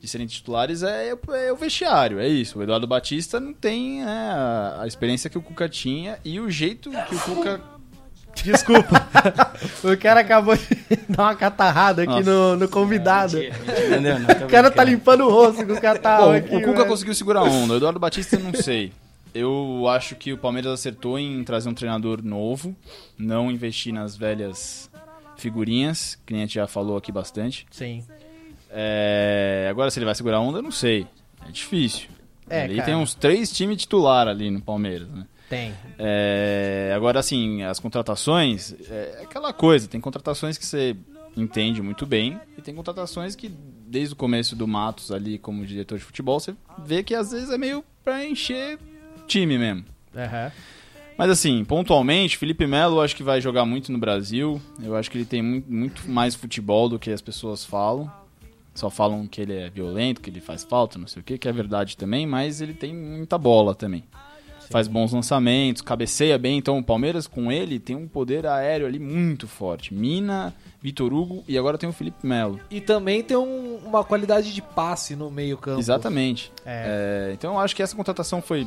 de serem titulares, é, é o vestiário, é isso. O Eduardo Batista não tem é, a a experiência que o Cuca tinha e o jeito que o Cuca
Desculpa. *laughs* o cara acabou de *laughs* dar uma catarrada aqui
Nossa.
no, no convidado.
Entendeu? Não, tô
O cara tá
brincando.
limpando o rosto com o catarro
Bom,
Ah, aqui. né?
o Cuca
velho.
conseguiu segurar a onda. O Eduardo Batista, eu não sei. Eu acho que o Palmeiras acertou em trazer um treinador novo, não investir nas velhas figurinhas, que a gente já falou aqui bastante.
Sim.
É, Agora, se ele vai segurar a onda, eu não sei. É difícil.
É,
ali
cara.
tem uns três times titular ali no Palmeiras, né?
Tem.
É, agora, assim, as contratações, é aquela coisa, tem contratações que você entende muito bem e tem contratações que, desde o começo do Matos ali como diretor de futebol, você vê que às vezes é meio pra encher time mesmo.
Aham.
Mas assim, pontualmente, Felipe Melo eu acho que vai jogar muito no Brasil. Eu acho que ele tem mu- muito mais futebol do que as pessoas falam. Só falam que ele é violento, que ele faz falta, não sei o que, que é verdade também, mas ele tem muita bola também. Faz bons lançamentos, cabeceia bem, então o Palmeiras com ele tem um poder aéreo ali muito forte. Mina, Vitor Hugo e agora tem o Felipe Melo.
E também tem um- uma qualidade de passe no meio campo.
Exatamente. É, então eu acho que essa contratação foi,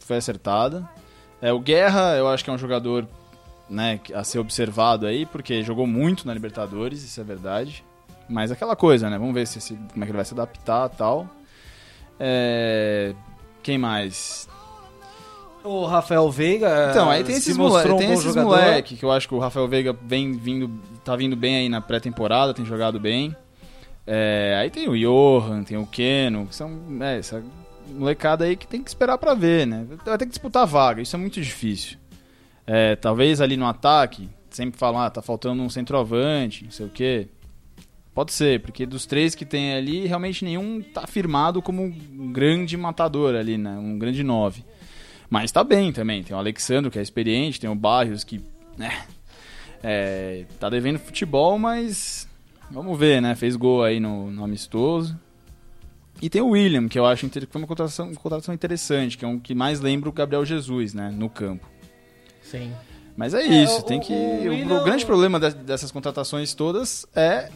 foi acertada. É, o Guerra, eu acho que é um jogador né, que- a ser observado aí, porque jogou muito na Libertadores, isso é verdade. Mas aquela coisa, né? Vamos ver se, se- como é que ele vai se adaptar e tal. É, quem mais?
O Rafael Veiga
Então, aí tem
se
esses, mole
mostrou um
tem
bom
esses
jogador.
moleque que eu acho que o Rafael Veiga vem vindo, tá vindo bem aí na pré-temporada, tem jogado bem. É, aí tem o Johan, tem o Keno, que são é, essa molecada aí que tem que esperar pra ver, né? Vai ter que disputar vaga, isso é muito difícil. É, talvez ali no ataque, sempre falam, ah, tá faltando um centroavante, não sei o quê. Pode ser, porque dos três que tem ali, realmente nenhum tá firmado como um grande matador ali, né? Um grande nove. Mas tá bem também. Tem o Alexandre, que é experiente, tem o Barrios, que né, é, tá devendo futebol, mas Vamos ver, né? Fez gol aí no, no amistoso. E tem o William, que eu acho inter- que foi uma contratação, uma contratação interessante, que é um que mais lembra o Gabriel Jesus, né? No campo.
Sim.
Mas é
É,
isso,
o-
tem que.
o
O, o
Willian-
grande problema de- dessas contratações todas é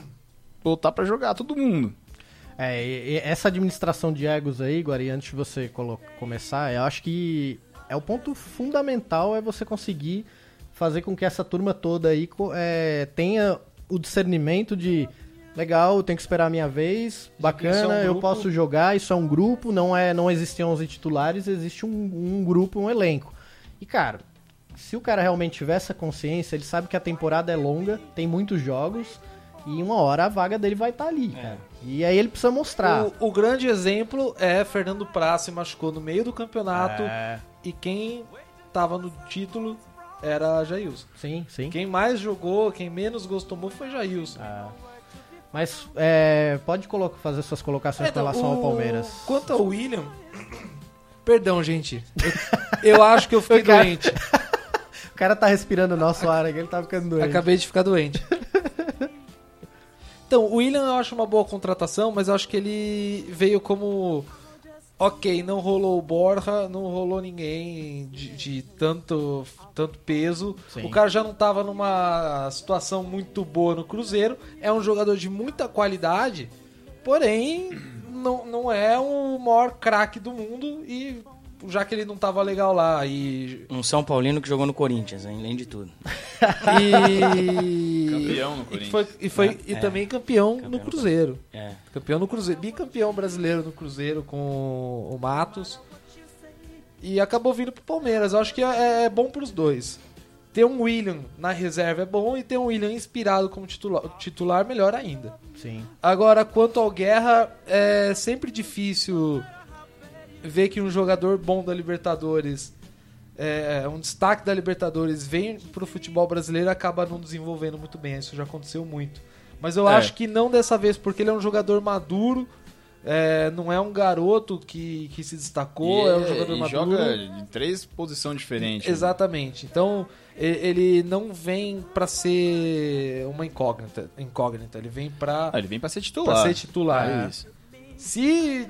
botar pra jogar todo mundo.
É, e- e essa administração de egos aí, Guari, antes de você colo- começar, eu acho que é o ponto fundamental é você conseguir fazer com que essa turma toda aí co- é, tenha o discernimento de legal, eu tenho que esperar a minha vez,
isso
bacana,
é um
eu
grupo.
posso jogar, isso é um grupo, não é, não existem 11 titulares, existe um, um grupo, um elenco. E cara, se o cara realmente tiver essa consciência, ele sabe que a temporada é longa, tem muitos jogos e uma hora a vaga dele vai estar
É.
ali, cara. E aí ele precisa mostrar.
O, o grande exemplo é Fernando Praz se machucou no meio do campeonato
É,
e quem tava no título era Jailson.
sim, sim.
Quem mais jogou, quem menos gols tomou foi Jailson.
É. Mas é, pode colo- fazer suas colocações com
então,
relação ao
o-
Palmeiras.
Quanto ao William. Perdão, gente. Eu, eu acho que eu fiquei
O cara-
doente.
O cara tá respirando o nosso ar aqui, ele tá ficando doente.
Acabei de ficar doente. *laughs* Então, o William eu acho uma boa contratação, mas eu acho que ele veio como. Ok, não rolou o Borja, não rolou ninguém de, de tanto, tanto peso.
Sim.
O cara já não estava numa situação muito boa no Cruzeiro. É um jogador de muita qualidade, porém não, não é o maior craque do mundo. E já que ele não estava legal lá e.
Um São Paulino que jogou no Corinthians, hein, além de tudo.
e-
Campeão no
E, que foi, e, foi, e
É.
também campeão, no Cruzeiro.
É.
Campeão no Cruzeiro. Bicampeão brasileiro no Cruzeiro com o Matos. E acabou vindo pro Palmeiras. Eu acho que é, é bom pros dois. Ter um William na reserva é bom e ter um William inspirado como titular, titular melhor ainda.
Sim.
Agora, quanto ao Guerra, é sempre difícil ver que um jogador bom da Libertadores, é, um destaque da Libertadores, vem pro futebol brasileiro e acaba não desenvolvendo muito bem. Isso já aconteceu muito. Mas eu
É.
acho que não dessa vez, porque ele é um jogador maduro, é, não é um garoto que, que se destacou, é um jogador
e
maduro.
joga em três posições diferentes.
Exatamente. Então, e- ele não vem pra ser uma incógnita, incógnita. ele vem pra
Ah, ele vem pra ser titular.
pra ser titular.
É
é.
isso.
Se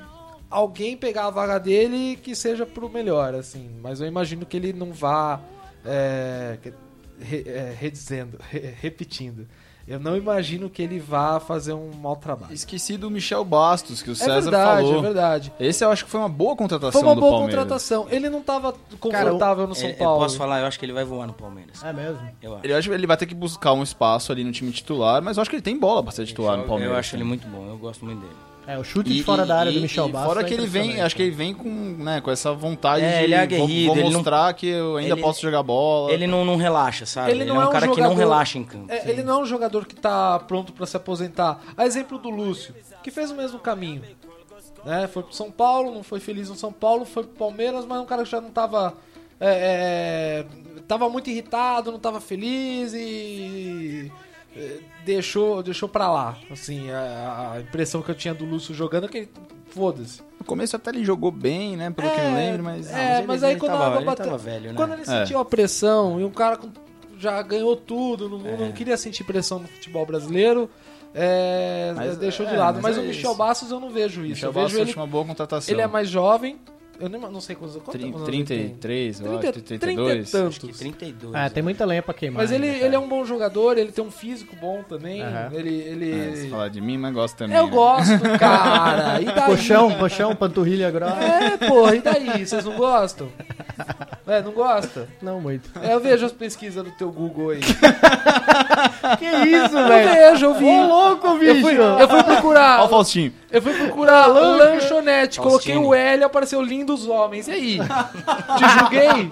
alguém pegar a vaga dele, que seja pro melhor, assim. Mas eu imagino que ele não vá é, que- re- é, redizendo, re- repetindo. Eu não imagino que ele vá fazer um mau trabalho.
Esqueci do Michel Bastos, que o
é
César
verdade, é
falou.
verdade.
Esse eu acho que foi uma boa
Foi
contratação
uma
do
boa
Palmeiras.
contratação. Ele não tava confortável no São
É, eu
Paulo.
posso falar, eu acho que ele vai voar no Palmeiras.
É mesmo.
Eu acho.
Ele, acho que ele vai ter que buscar um espaço ali no time titular, mas eu acho que ele tem bola pra ser titular no Palmeiras. né?
Eu acho ele muito bom, eu gosto muito dele.
É, o chute de fora da área do Michel Bastos.
Fora
é
que ele vem,
impressionante.
acho que ele vem com, né, com essa vontade
É,
de
ele é
vou,
aguerrido,
vou
ele não-
mostrar que eu ainda
ele-
posso jogar bola.
Ele não, não relaxa, sabe?
Ele
Ele,
não
é um
é um
cara que não
jogador-
relaxa em campo.
É, ele não é um jogador que tá pronto pra se aposentar. A exemplo do Lúcio, que fez o mesmo caminho. Né? Foi pro São Paulo, não foi feliz no São Paulo, foi pro Palmeiras, mas é um cara que já não tava. É, é, tava muito irritado, não tava feliz e. é, Deixou, deixou pra lá. Assim, a, a impressão que eu tinha do Lúcio jogando é que ele. Foda-se.
é
No começo até ele jogou bem, né? Pelo que eu lembro, mas.
É,
ele-
mas aí
ele
quando
tava-
a água
ele
bateu-
tava velho, né?
Quando ele sentiu a pressão e um cara com- já ganhou tudo, não,
É.
não queria sentir pressão no futebol brasileiro, é,
Mas,
deixou
é,
de lado.
mas
Mas,
é
o Michel
isso.
Bastos eu não vejo isso.
Michel
eu vejo
Bastos eu
ele,
acho uma boa contratação.
ele é mais né? jovem, eu nem, não sei quantos, quantos
Trin-
anos ele tem.
33, eu acho,
30,
32.
30 e
Acho que
tantos.
32.
É, tem muita lenha pra queimar.
Mas ele,
né,
ainda, cara.
ele é um bom jogador, ele tem um físico bom também.
Aham.
Ele,
É, se
ele...
falar de mim, mas gosto também.
eu
né?
gosto, cara.
*laughs*
E daí?
Colchão, colchão, panturrilha grossa.
*laughs* É, porra, e daí? Vocês não gostam? É, não gosta?
Não muito.
É, Eu vejo as pesquisas do teu Google aí. Né?
Que isso,
*laughs* Eu
velho?
vejo, eu vi.
Ô, louco, bicho!
Eu fui, eu fui
Ó, o
procurar.
Faustinho.
Eu fui procurar lanchonete, coloquei
Faustine.
o L, apareceu lindos homens. E aí? Te julguei?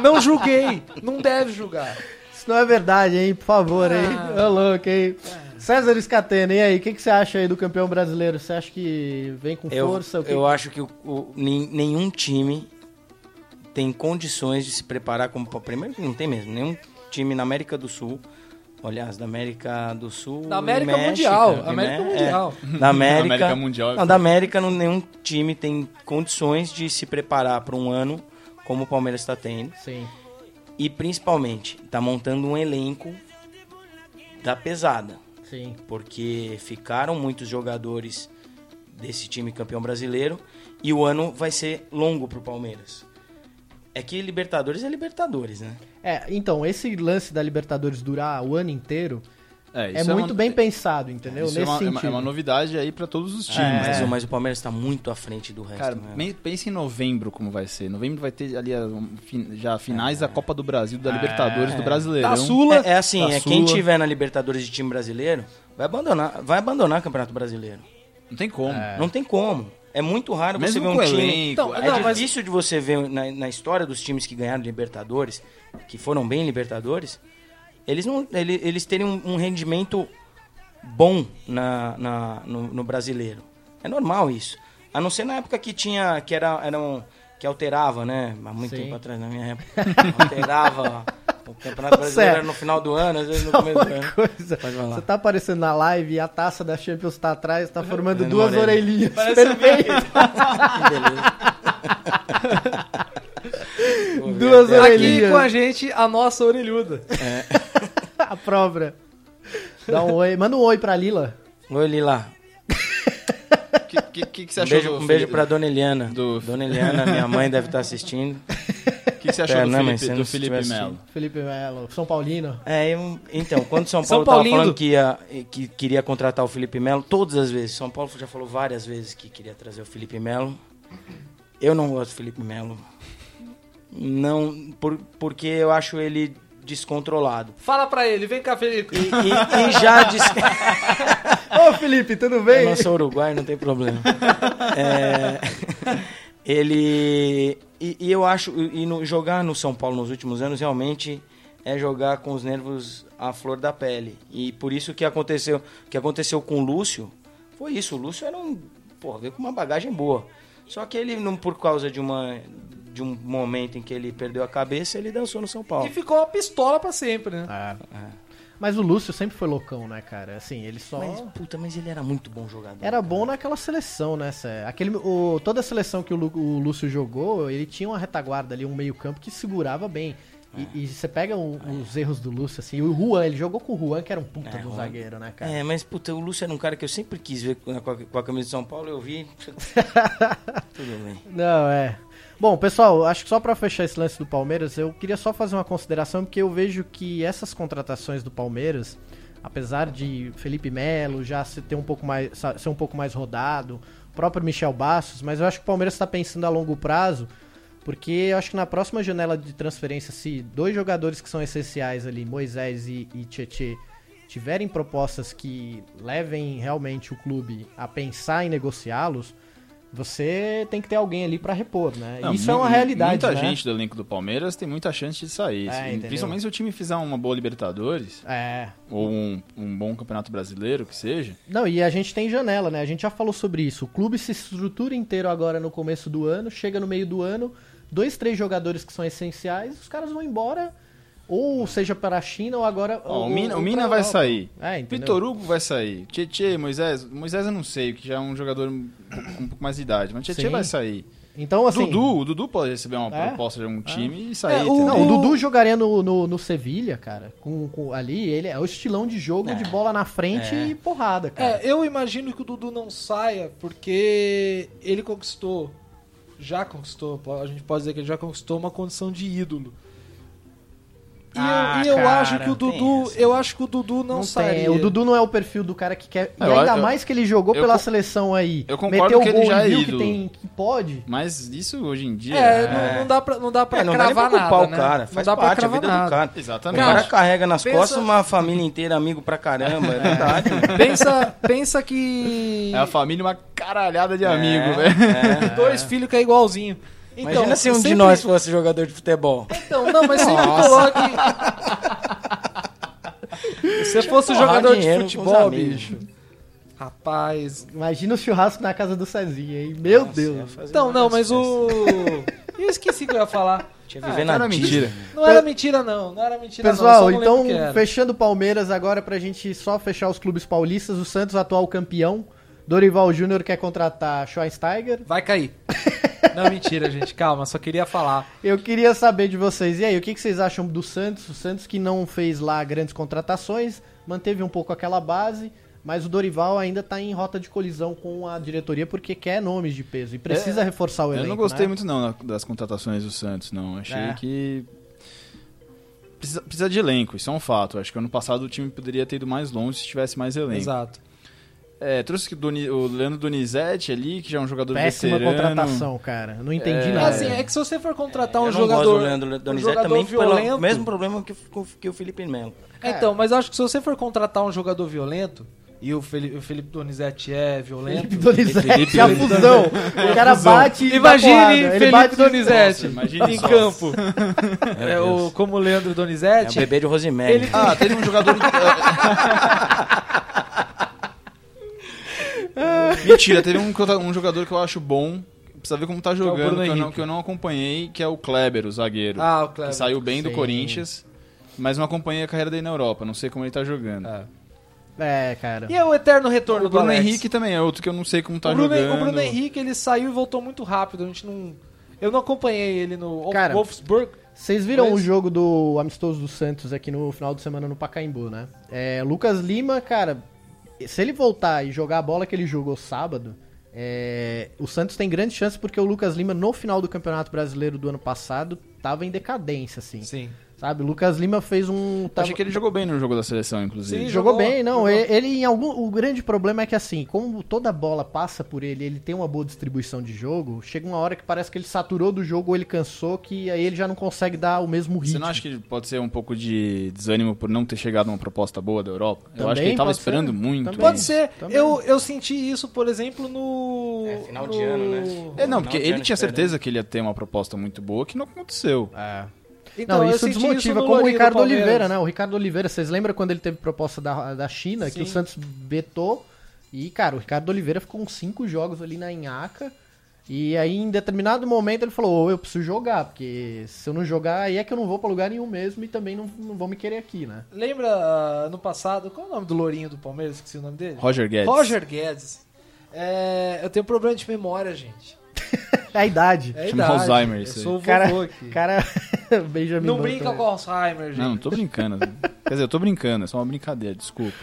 Não julguei. Não deve julgar.
Isso não é verdade, hein? Por favor, hein?
Ah.
Ô, louco, hein? César Escatena, e aí? O que, que você acha aí do campeão brasileiro? Você acha que vem com
Eu,
força? O que-
eu acho que o- o- nin- nenhum time tem condições de se preparar como. pa- Primeiro que não tem mesmo, nenhum time na América do Sul. Aliás, da América do Sul.
Da
e
América
México,
Mundial,
e
América
Mé-
Mundial.
*laughs*
é, da América,
América Mundial. é
Não, da América não- nenhum time tem condições de se preparar para um ano como o Palmeiras está tendo.
Sim.
E principalmente, tá montando um elenco da pesada.
Sim.
porque ficaram muitos jogadores desse time campeão brasileiro e o ano vai ser longo pro Palmeiras. É que Libertadores é Libertadores, né?
É, então, esse lance da Libertadores durar o ano inteiro é,
uma-
muito bem pensado, entendeu?
Isso
Nesse
é uma, é uma-
sentido.
é
*laughs*
uma novidade aí pra todos os times.
Mas,
né?
o- mas o Palmeiras está muito à frente do resto.
Cara,
né?
me- pensa em novembro como vai ser. Novembro vai ter ali as- um, fin- já finais da Copa do Brasil, da Libertadores, do Brasileirão.
Da Sula.
É, é assim,
da
é quem
Sula.
tiver na Libertadores de time brasileiro vai abandonar, vai abandonar o Campeonato Brasileiro.
Não tem como.
Não tem como. É muito raro
É. Mesmo
você ver um
com o
time.
elenco,
Então,
é
é
não, mas-
difícil de você ver na, na história dos times que ganharam Libertadores, que foram bem em Libertadores, eles não, ele- eles terem um, um rendimento bom na, na- no, no brasileiro. É normal isso. A não ser na época que tinha, que era, era um- que alterava, né? Há muito
Sim.
tempo atrás, na minha época, alterava o Campeonato
Ô,
Brasileiro
Sérgio.
era no final do ano, às vezes no
Só
começo
*laughs*
do
né?
uma
ano.
coisa.
Pode falar.
Você tá aparecendo na live e a taça da Champions tá atrás, tá formando
Fazendo
duas
uma orelha.
orelhinhas.
Parece um
Perfeito.
Que beleza.
*laughs* Duas
Aqui com a
orelhinhas.
gente, a nossa orelhuda.
*laughs* A própria. Dá um oi. Manda um oi pra Lila.
Oi, Lila.
O que, que- que- que você
Um
achou
beijo,
do
um beijo
Felipe-
pra Dona Eliana.
do-
Dona Eliana, minha mãe deve
*laughs*
estar assistindo.
O *laughs* que, que você achou
É,
do
né,
Felipe,
mas se
do
não
Felipe
tivesse-
Melo?
Felipe Melo, São Paulino.
É, eu- então, quando o São
São
Paulo estava
Paulino.
falando que, ia, que queria contratar o Felipe Melo, todas as vezes, São Paulo já falou várias vezes que queria trazer o Felipe Melo. Eu não gosto do Felipe Melo. Não, por- porque eu acho ele descontrolado.
Fala pra ele, vem cá, Felipe.
E, e- e
*laughs*
já disse.
*laughs* Ô, Felipe, tudo
Eu
bem?
não sou uruguaio, não tem problema. É, ele. E, e eu acho. E no- jogar no São Paulo nos últimos anos realmente é jogar com os nervos à flor da pele. E por isso que aconteceu, que aconteceu com o Lúcio foi isso. O Lúcio era um. Porra, veio com uma bagagem boa. Só que ele, não, por causa de, uma, de um momento em que ele perdeu a cabeça, ele dançou no São Paulo.
E ficou uma pistola pra sempre, né?
É,
Mas o Lúcio sempre foi loucão, né, cara? Assim, ele só.
Mas, puta, mas ele era muito bom jogador.
Era bom naquela seleção, né, Sé? Aquele, o, toda a seleção que o, Lu- o Lúcio jogou, ele tinha uma retaguarda ali, um meio-campo que segurava bem.
É.
E, e você pega o- os erros do Lúcio, assim, o Juan, ele jogou com o Juan, que era um puta
É,
do
Juan.
zagueiro, né, cara?
É, mas puta, o Lúcio era um cara que eu sempre quis ver com a, com a camisa de São Paulo, eu
*laughs*
vi. Tudo bem.
Não, é. Bom, pessoal, acho que só pra fechar esse lance do Palmeiras, eu queria só fazer uma consideração, porque eu vejo que essas contratações do Palmeiras, apesar de Felipe Melo já se ter um pouco mais, sa- ser um pouco mais rodado, o próprio Michel Bastos, mas eu acho que o Palmeiras está pensando a longo prazo, porque eu acho que na próxima janela de transferência, se dois jogadores que são essenciais ali, Moisés e, e Tietê, tiverem propostas que levem realmente o clube a pensar em negociá-los, você tem que ter alguém ali pra repor, né?
Não,
Isso
mu-
é uma realidade,
Muita
né?
gente do elenco do Palmeiras tem muita chance de sair.
É,
Se-
entendeu?
principalmente se o time fizer uma boa Libertadores,
É.
ou um, um bom Campeonato Brasileiro, que seja.
Não, e a gente tem janela, né? A gente já falou sobre isso. O clube se estrutura inteiro agora no começo do ano, chega no meio do ano, dois, três jogadores que são essenciais, os caras vão embora, ou seja para a China, ou agora.
Ó,
ou-
o Mina,
ou
o Mina
pra
vai
Europa.
sair.
É, entendeu?
Vitor Hugo vai sair. Tietê, Moisés. Moisés eu não sei, que já é um jogador com um pouco mais de idade. Mas Tietê
Sim.
vai sair.
Então, assim.
Dudu, o Dudu pode receber uma
É?
proposta de um time e sair.
É, o-
entendeu?
Não, o Dudu jogaria no, no, no Sevilha, cara. Com, com- ali, ele é o estilão de jogo de bola na frente e porrada, cara.
É, eu imagino que o Dudu não saia porque ele conquistou, já conquistou, po- a gente pode dizer que ele já conquistou uma condição de ídolo. E eu,
Ah,
e eu
cara,
acho que o
tem
Dudu,
essa.
eu acho que o Dudu não,
Não
sairia.
tem, o Dudu não é o perfil do cara que quer. E
Eu-
ainda
eu-
mais que ele jogou
eu
pela
con-
seleção aí.
eu concordo que ele já é
e viu que
ídolo.
tem que pode.
Mas isso hoje em dia.
É,
né?
Não, não dá pra, não dá pra
É, não dá nem
cravar
pra culpar
nada,
o
né?
cara,
não
faz
dá pra
parte da
cravar
vida do
nada.
cara. O
Exatamente.
cara carrega nas
pensa-
costas uma família inteira, amigo pra caramba, é verdade.
*laughs* Pensa, pensa que
*laughs*
É a família uma caralhada de amigo,
*laughs*
É,
velho.
é.
dois filhos que é igualzinho. né? Então,
Imagina se um de
sempre-
nós fosse jogador de futebol.
Então, não, mas sempre coloque. Se fosse
torrar
jogador de
dinheiro com os
futebol,
amigos.
bicho. Rapaz.
Imagina o churrasco na casa do Cezinha, hein? Meu Deus. Tá,
Então, não, mas o. Eu esqueci que eu ia falar.
Tinha
Ah,
É
viver
Não
na
era mentira.
Não era mentira, não. Não era mentira, não.
Pessoal,
eu só não lembro
então,
o que era.
fechando o Palmeiras agora pra gente só fechar os clubes paulistas, o Santos, atual campeão. Dorival Júnior quer contratar Schweinsteiger.
Vai cair. Não, mentira, gente. Calma, só queria falar.
Eu queria saber de vocês. E aí, o que que vocês acham do Santos? O Santos que não fez lá grandes contratações, manteve um pouco aquela base, mas o Dorival ainda tá em rota de colisão com a diretoria porque quer nomes de peso e precisa reforçar o elenco.
Eu não gostei
né?
muito não na- das contratações do Santos, não. Achei
É.
que precisa, precisa de elenco, isso é um fato. Acho que ano passado o time poderia ter ido mais longe se tivesse mais elenco.
Exato.
É, trouxe o, Doni- o Leandro Donizete ali, que já é um jogador
Péssima
veterano.
contratação, cara. Eu Não entendi
É.
nada.
Assim, é que se você for contratar um
eu não
jogador.
gosto do Leandro Donizete
jogador
também pelo
violento.
mesmo problema que, o- que o Felipe Melo.
É, Então, mas eu acho que se você for contratar um jogador violento, e o Felipe, o Felipe Donizete é violento.
Felipe Donizete,
Felipe
a fusão. O cara bate e dá porrada.
Imagine
Ele
Felipe
bate-
Donizete
Nossa, imagine
em
só.
*laughs*
campo. É, o, como o Leandro
É o
Donizete.
bebê de Rosemary.
Ele- tá-
Ah, teve um jogador.
*laughs*
Mentira, teve um, contra- um jogador que eu acho bom. Precisa ver como tá
é o
jogando,
Bruno
que, eu não,
Henrique.
que eu não acompanhei, que é o Kleber, o zagueiro.
Ah, o
que
Kleber.
saiu bem do
Sim.
Corinthians, mas não acompanhei a carreira dele na Europa. Não sei como ele tá jogando.
É.
É, cara.
E é o eterno retorno
O Bruno
do Alex.
Henrique também é outro que eu não sei como tá
o, Bruno,
jogando.
o Bruno Henrique, ele saiu e voltou muito rápido. A gente não. Eu não acompanhei ele no Wolf-
Cara,
Wolfsburg.
Vocês viram
Mas-
o jogo do Amistoso do Santos aqui no final de semana no Pacaembu, né? É, Lucas Lima, cara, se ele voltar e jogar a bola que ele jogou sábado, é, o Santos tem grande chance porque o Lucas Lima, no final do Campeonato Brasileiro do ano passado, tava em decadência, assim.
Sim.
Sabe? O Lucas Lima fez um. tava-
Achei que ele jogou bem no jogo da seleção, inclusive.
tá Sim,
Jogou,
jogou,
bem, não.
jogou.
Ele, ele em algum. O grande problema é que assim, como toda bola passa por ele, ele tem uma boa distribuição de jogo, chega uma hora que parece que ele saturou do jogo ou ele cansou, que aí ele já não consegue dar o mesmo ritmo.
Você não acha que pode ser um pouco de desânimo por não ter chegado uma proposta boa da Europa? eu
Também
acho que ele tava
pode ser.
esperando muito.
Também.
Pode ser.
Também.
Eu, eu senti isso, por exemplo, no.
É, final
no...
de ano, né?
É, não, porque
Não,
ele
Giannis
tinha
perdeu.
certeza que ele ia ter uma proposta muito boa que não aconteceu.
É.
Então,
Não,
eu
isso
senti
desmotiva,
no
como o
Lourinho do
Ricardo
Palmeiras.
Oliveira, né? O Ricardo Oliveira, vocês lembram quando ele teve proposta da, da China, que
Sim.
o Santos vetou? E, cara, o Ricardo Oliveira ficou uns cinco jogos ali na Inhaca. E aí, em determinado momento, ele falou: "Ô, eu preciso jogar, porque se eu não jogar, aí é que eu não vou pra lugar nenhum mesmo e também não, não vão me querer aqui, né?
Lembra ah, no passado, qual é o nome do Lourinho do Palmeiras? Esqueci o nome dele.
Roger Guedes.
Roger Guedes. É, eu tenho problema de memória, gente.
É a idade.
É a
Chama
idade.
Alzheimer
Eu
isso aí.
sou o vovô
Cara-
aqui.
Cara, *laughs* Benjamin
não
Button.
brinca com Alzheimer, gente.
Não, não tô brincando. Quer dizer, eu tô brincando, é só uma brincadeira, desculpa.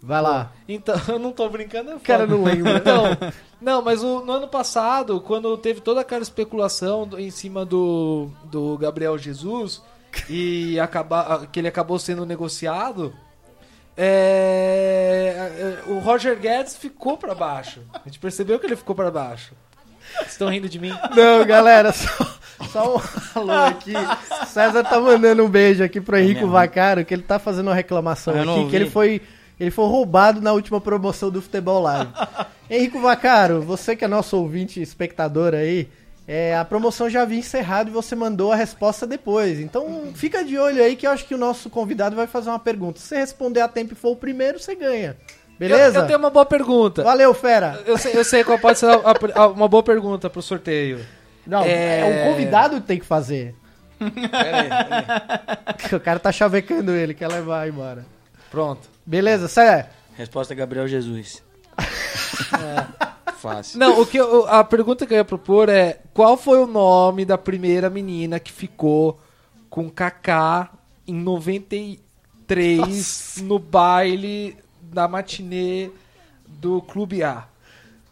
Vai lá.
Então, *laughs* eu não tô brincando, é foda.
cara não lembra.
Então, *laughs* não, mas o- no ano passado, quando teve toda aquela especulação do- em cima do, do Gabriel Jesus e acaba, que ele acabou sendo negociado, é, é, o Roger Guedes ficou pra baixo. A gente percebeu que ele ficou pra baixo. Vocês estão rindo de mim?
Não, galera, só, só um alô aqui. César tá mandando um beijo aqui pro Henrique
É mesmo?
Vacaro, que ele tá fazendo uma reclamação
Ah, eu não
aqui, que ele
vi.
foi, ele foi roubado na última promoção do Futebol Live. Henrico Vacaro, você que é nosso ouvinte e espectador aí, é, a promoção já havia encerrado e você mandou a resposta depois. Então fica de olho aí que eu acho que o nosso convidado vai fazer uma pergunta. Se você responder a tempo e for o primeiro, você ganha. Beleza?
Eu, eu tenho uma boa pergunta.
Valeu, fera!
Eu sei, eu sei qual pode ser a- a- uma boa pergunta pro sorteio.
Não, é...
É.
o convidado que tem que fazer. *laughs* O cara tá chavecando ele, quer levar embora.
Pronto.
Beleza, Cé?
Resposta Gabriel
*laughs*
Jesus.
É.
Fácil.
Não, o que eu- a pergunta que eu ia propor é qual foi o nome da primeira menina que ficou com Kaká em 93 no baile da matinê do Clube A.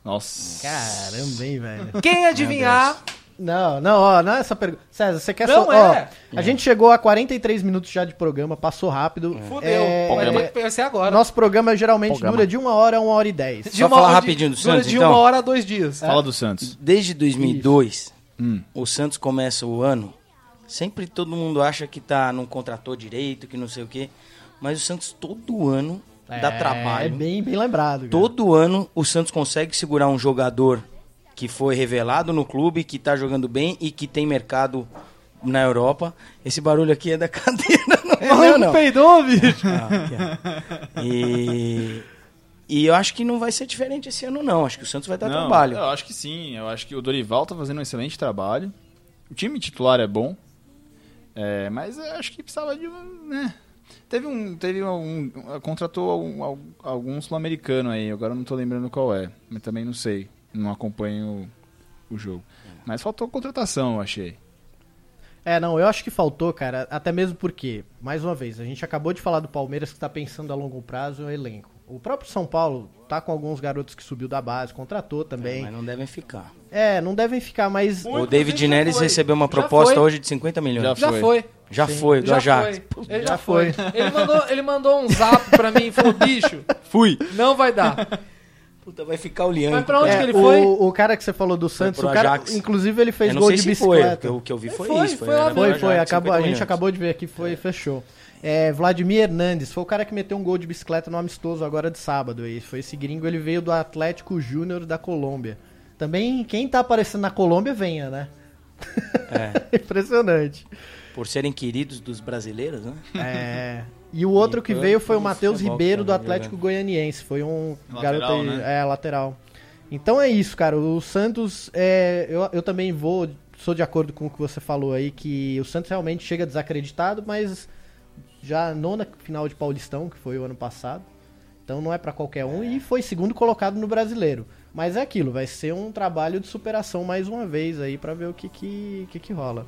Nossa.
Caramba, hein, velho.
Quem adivinhar,
Não, não, ó, não é essa pergunta. César, você quer
Não
só.
é.
Ó, a gente chegou a 43 minutos já de programa, passou rápido.
fudeu.
É,
Vai
Programa.
ter que pensar agora.
Nosso programa geralmente
Programa.
dura de uma hora a uma hora e dez. *laughs*
De
Só
uma
falar
hora-
rapidinho do
dura
Santos,
de
então.
uma hora a dois dias.
Fala do Santos.
Desde 2002,
Hum.
o Santos começa o ano. Sempre todo mundo acha que tá não contratou direito, que não sei o quê. Mas o Santos todo ano dá
É
trabalho.
bem, bem lembrado. cara.
Todo ano o Santos consegue segurar um jogador que foi revelado no clube, que tá jogando bem e que tem mercado na Europa. Esse barulho aqui é da *laughs* cadeira, não é meu, não.
peidou, bicho.
Ah, aqui, ó. E, e eu acho que não vai ser diferente esse ano, não. Acho que o Santos vai dar
Não,
trabalho.
Eu acho que sim. Eu acho que o Dorival tá fazendo um excelente trabalho. O time titular é bom. É, mas eu acho que precisava de. um, Né? Teve um. Teve um. um- Contratou algum, al- algum sul-americano aí. Agora eu não tô lembrando qual é. Mas também não sei. Não acompanho o jogo. Mas faltou contratação, eu achei.
É, não, eu acho que faltou, cara, até mesmo porque, mais uma vez, a gente acabou de falar do Palmeiras que tá pensando a longo prazo é o elenco. O próprio São Paulo tá com alguns garotos que subiu da base, contratou também. É,
Mas não devem ficar.
não devem ficar, mas.
Muito.
O
Inclusive,
David
já
Neres
foi.
recebeu uma
Já
proposta
foi.
hoje de 50 milhões.
Já
Já
foi.
foi.
Já, foi, do
Já
Ajax.
foi. Ele já,
Já
foi. Ele, mandou, ele mandou um zap pra mim e falou, bicho,
Fui!
não vai dar.
Puta, vai ficar o então. Lianco.
Mas pra onde
É,
que ele
o,
foi?
o cara que você falou do Santos,
pro
o cara,
Ajax.
inclusive ele fez
Eu não
gol
sei
de
se foi,
bicicleta.
porque o que eu vi foi,
Foi,
isso.
foi lá É,
né,
Foi,
no
foi.
Ajax,
acabou,
50
a gente
milhões.
acabou de ver aqui, foi, fechou. É, Vladimir Hernandes foi o cara que meteu um gol de bicicleta no amistoso agora de sábado. E foi esse gringo, ele veio do Atlético Júnior da Colômbia. Também quem tá aparecendo na Colômbia, venha, né?
É.
*laughs* Impressionante.
Por serem queridos dos brasileiros, né?
É, E o outro que
Então,
veio foi o
o
Matheus
futebol é
Ribeiro do
também,
Atlético Goianiense. Foi um
Lateral,
garoto aí,
né?
é, lateral. Então é isso, cara. O Santos, é, eu, eu também vou, sou de acordo com o que você falou aí, que o Santos realmente chega desacreditado, mas já a nona final de Paulistão, que foi o ano passado. Então não é pra qualquer um e foi segundo colocado no Brasileiro. Mas é aquilo, vai ser um trabalho de superação mais uma vez aí pra ver o que que, que, que rola.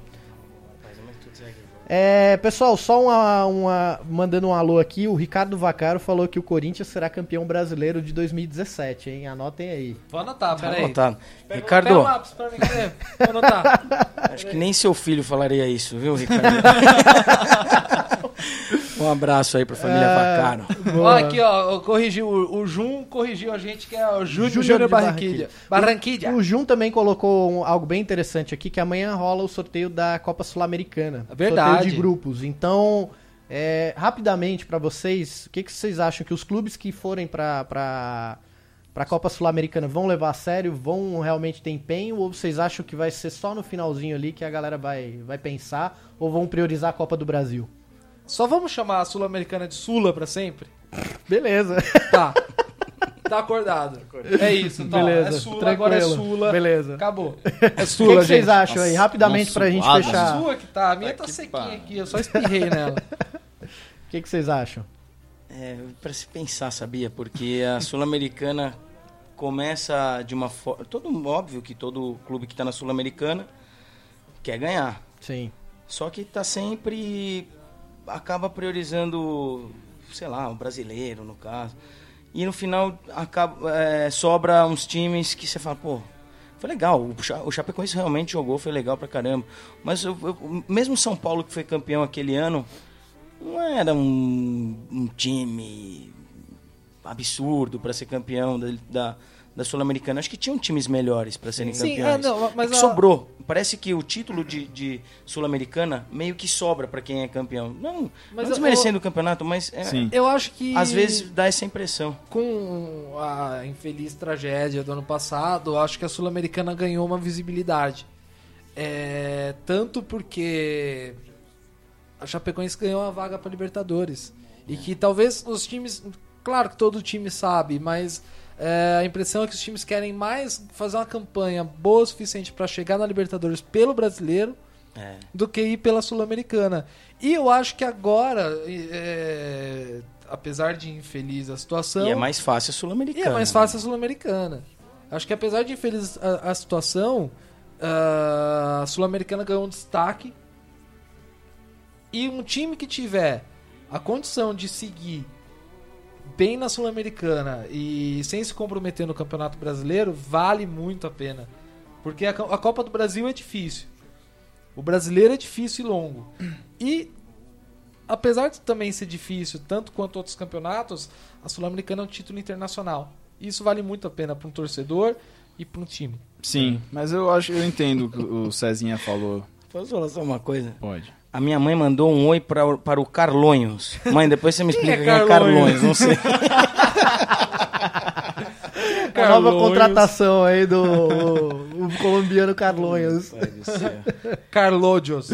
É, pessoal, só uma, uma- mandando um alô aqui, o Ricardo Vacaro falou que o Corinthians será campeão brasileiro de 2017, hein? Anotem aí.
Vou anotar,
Tá
peraí.
anotado.
Pega-
Ricardo,
pega o lápis pra mim, cadê? Vou anotar.
acho que nem seu filho falaria isso,
*laughs*
viu, Ricardo? *laughs* um abraço aí pra
É,
família Vacaro.
Ó, aqui, ó, eu corrigi, o, o Jun corrigiu a gente, que é o
Júnior
Júnior, Júnior
de
Barranquilha. Barranquilha.
O Jun também colocou um- algo bem interessante aqui, que amanhã rola o sorteio da Copa Sul-Americana.
É verdade.
Sorteio de grupos. Então, é, rapidamente pra vocês, o que, que vocês acham que os clubes que forem pra para para Copa Sul-Americana vão levar a sério, vão realmente ter empenho ou vocês acham que vai ser só no finalzinho ali que a galera vai vai pensar ou vão priorizar a Copa do
*laughs*
Brasil?
Só vamos chamar a Sul-Americana de Sula pra sempre?
Beleza.
Tá. Tá acordado. É isso, tá.
Beleza.
É Sula, agora é
Tranquilo.
Sula.
Beleza.
Acabou. É
O que,
Sula,
que vocês
gente.
acham aí?
Nossa,
Rapidamente
uma
pra gente
suada.
fechar. O
Sua que tá. A minha
Tá
tá,
que
sequinha
pariu.
aqui, eu só espirrei nela.
que, que vocês acham?
É, para se pensar, sabia? Porque a Sul-Americana começa de uma forma. Todo óbvio que todo clube que está na Sul-Americana quer ganhar.
Sim.
Só que tá sempre. acaba priorizando, sei lá, o brasileiro, no caso. E no final acaba, é, sobra uns times que você fala, pô, foi legal. O, Cha- o Chapecoense realmente jogou, foi legal pra caramba. Mas eu- eu- mesmo São Paulo, que foi campeão aquele ano, não era um, um time absurdo pra ser campeão da, da, da Sul-Americana. Acho que tinham times melhores pra serem
Sim,
campeões.
é, não, mas
É que
a-
sobrou. Parece que o título de, de Sul-Americana meio que sobra pra quem é campeão. Não,
Mas
não
eu-
desmerecendo o campeonato, mas é,
Sim.
Eu acho que...
às vezes dá essa impressão.
com a infeliz tragédia do ano passado, acho que a Sul-Americana ganhou uma visibilidade. É, tanto porque a Chapecoense ganhou uma vaga para Libertadores.
É.
E que talvez os times. Claro que todo time sabe, mas é, a impressão é que os times querem mais fazer uma campanha boa o suficiente para chegar na Libertadores pelo brasileiro
É.
do que ir pela Sul-Americana. E eu acho que agora, é, apesar de infeliz a situação,
E é mais fácil a
Então- e
Sul-Americana. né?
é mais fácil a Sul-Americana. Acho que apesar de infeliz a, a situação, ah, a Sul-Americana ganhou um destaque. E um time que tiver a condição de seguir bem na Sul-Americana e sem se comprometer no Campeonato Brasileiro, vale muito a pena. Porque a, co- a Copa do Brasil é difícil. O brasileiro é difícil e longo. E apesar de também ser difícil, tanto quanto outros campeonatos, a Sul-Americana é um título internacional. E Isso vale muito a pena para um torcedor e para um time.
Sim, É, mas eu acho eu entendo o que o Cezinha falou.
Posso falar só uma coisa?
Pode.
A minha mãe mandou um oi pra, para o Carlonhos. Mãe, depois você me
Quem
explica
é
quem é Carlonhos,
Carlonhos? *laughs*
não sei.
A nova contratação aí do o, o colombiano Carlonhos.
Carlodios.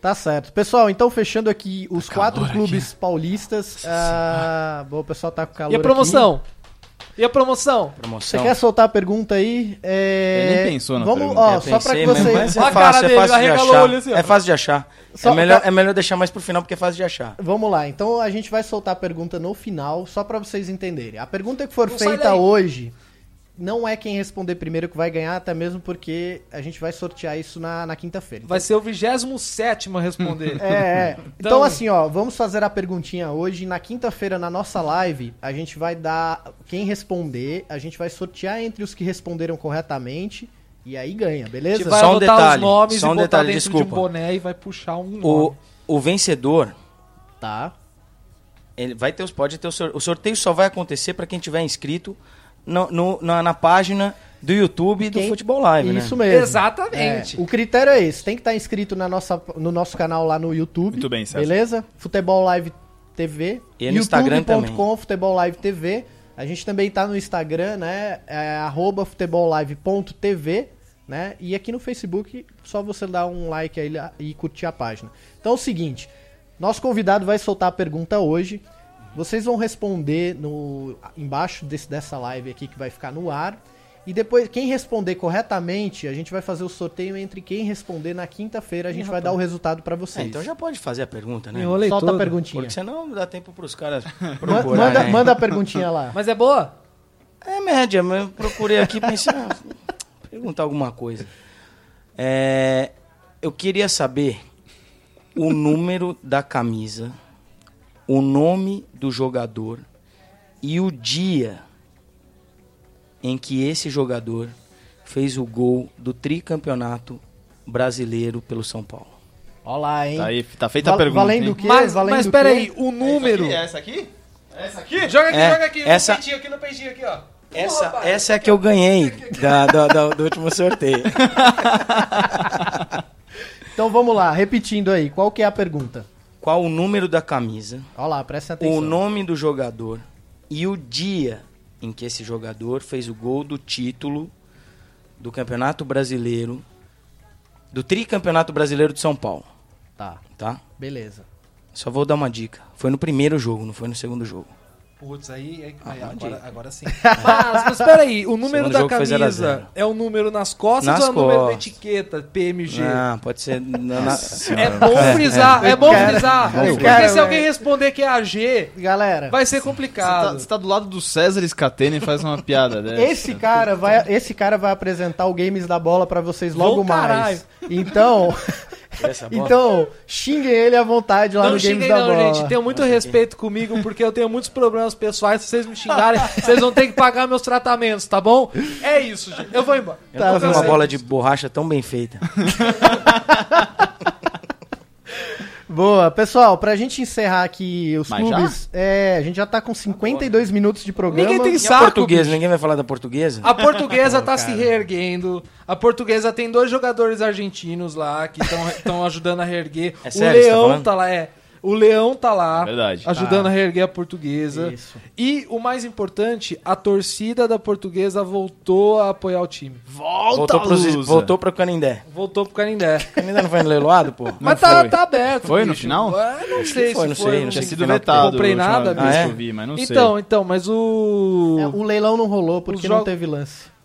Tá certo. Pessoal, então fechando aqui os
Tá
quatro clubes paulistas. Ah, bom, o pessoal tá com calor.
E a promoção? E a promoção?
Aqui. Você
Promoção.
quer soltar a pergunta aí? É...
Ele nem pensou na
Vamos,
pergunta.
ó,
Eu
só pra
pensei,
que
mas-
vocês.
mas
Olha
é
a cara
fácil, é
dele,
fácil de
arregalou o olho assim, ó.
achar. É fácil de achar.
Só-
é, melhor, é melhor deixar mais pro final, porque é fácil de achar.
Vamos lá, então a gente vai soltar a pergunta no final, só pra vocês entenderem. A pergunta que for
Não sai
feita
daí.
hoje não é quem responder primeiro que vai ganhar, até mesmo porque a gente vai sortear isso na, na quinta-feira.
Vai ser o 27 a responder.
*laughs*
É, é. Então,
Então,
assim, ó, vamos fazer a perguntinha hoje. Na quinta-feira, na nossa live, a gente vai dar quem responder, a gente vai sortear entre os que responderam corretamente e aí ganha,
A gente
beleza?
vai
Só um
anotar
detalhe,
os nomes
só
e
um
botar
detalhe,
dentro de
desculpa.
um boné e vai puxar um
O,
nome.
o vencedor,
Tá.
ele vai ter os pode ter o sorteio. O sorteio só vai acontecer para quem tiver inscrito no, no- na, na página do YouTube do
Quem-
Futebol Live, né?
Isso mesmo.
Exatamente.
É, o critério é esse, tem que estar inscrito na nossa, no nosso canal lá no YouTube.
Muito bem, César.
Beleza? Futebol Live TV.
E no Instagram também.
youtube.com, Futebol Live TV. A gente também tá no Instagram, né? É arroba futebollive.tv, né? E aqui no Facebook, só você dar um like aí e curtir a página. Então é o seguinte, nosso convidado vai soltar a pergunta hoje. Vocês vão responder no embaixo desse, dessa live aqui que vai ficar no ar. E depois, quem responder corretamente, a gente vai fazer o sorteio entre quem responder na quinta-feira. A gente vai dar o resultado pra
É,
vocês.
então já pode fazer a pergunta, né?
Enrolei
Solta a
tudo.
perguntinha.
Porque senão dá tempo para os caras
Ma-
*laughs* procurar.
manda,
né?
manda a perguntinha lá.
Mas é boa?
É média, mas eu procurei aqui pensar, perguntar alguma coisa. É, eu queria saber o número da camisa, o nome do jogador e o dia em que esse jogador fez o gol do tricampeonato brasileiro pelo São Paulo.
Olha lá, hein?
Tá aí, tá feita a
Val-
pergunta.
Valendo
hein?
o quê?
mas
valendo
mas
o
peraí,
quê?
o É número.
essa aqui? É essa aqui?
Joga aqui,
É,
joga aqui,
essa-
no peitinho, aqui no peitinho, aqui, ó.
Essa, essa é a que eu ganhei da- da- da- do último sorteio.
Então vamos lá, repetindo aí. Qual que é a pergunta?
Qual o número da camisa?
Olha lá, presta atenção.
o nome do jogador e o dia em que esse jogador fez o gol do título do Campeonato Brasileiro, do Tricampeonato Brasileiro de São Paulo,
Tá,
tá?
beleza.
Só vou dar uma dica. Foi no primeiro jogo, não foi no segundo jogo.
Putz, aí, aí- aí
Ah,
agora, agora sim. *laughs* Mas, mas peraí, o número
Segundo
da
jogo foi zero a
camisa
zero.
é o número nas costas
Nas
ou é o número da
costas.
etiqueta PMG?
Ah, pode ser. na- na-
É bom frisar, é, bom frisar.
cara,
porque
cara,
se alguém responder que é AG,
Galera,
vai ser
Você tá,
complicado.
você tá do lado do César Scatena e faz uma
*laughs*
piada dessa.
esse cara vai, esse cara vai apresentar o Games da Bola pra vocês logo
Vou,
mais.
caralho. *laughs* Tá
Então,
Essa bola.
então xinguem ele à vontade lá
não
tá no Games
xinguem
da
não,
Bola.
gente. um- Tenham muito respeito comigo, porque eu tenho muitos problemas pessoais. Se vocês
*laughs*
me xingarem, vocês vão ter que pagar meus tratamentos, tá bom? É isso, gente. Eu vou embora.
Eu nunca vi uma
certo.
bola de borracha tão bem feita.
Boa, pessoal, pra gente encerrar aqui os
Mas já?
clubes, é, a gente já tá com 52 minutos de programa.
Ninguém tem
E a
saco,
portuguesa?
bicho.
Ninguém vai falar da portuguesa?
A portuguesa tá se reerguendo. A portuguesa tem dois jogadores argentinos lá que estão ajudando a reerguer.
É
o
sério que você tá
Leão
falando?
tá lá, é. O Leão tá lá,
É verdade.
ajudando
Tá.
a reerguer a portuguesa.
Isso.
E o mais importante, a torcida da portuguesa voltou a apoiar o time.
Volta,
Voltou, pros,
Lusa.
voltou pro Canindé.
Voltou pro Canindé.
Canindé não foi no leiloado, pô?
Mas tá,
foi.
tá aberto.
Foi no final?
Ah, não sei
foi,
se
não
foi.
sei,
Tinha
não
não sei.
sei.
sido
Final
vetado.
comprei
a última
nada,
vez
bicho.
que eu vi, mas Ah, é? não
Então, então, mas o...
É, o leilão não rolou porque
Os
não
jogos-
teve lance.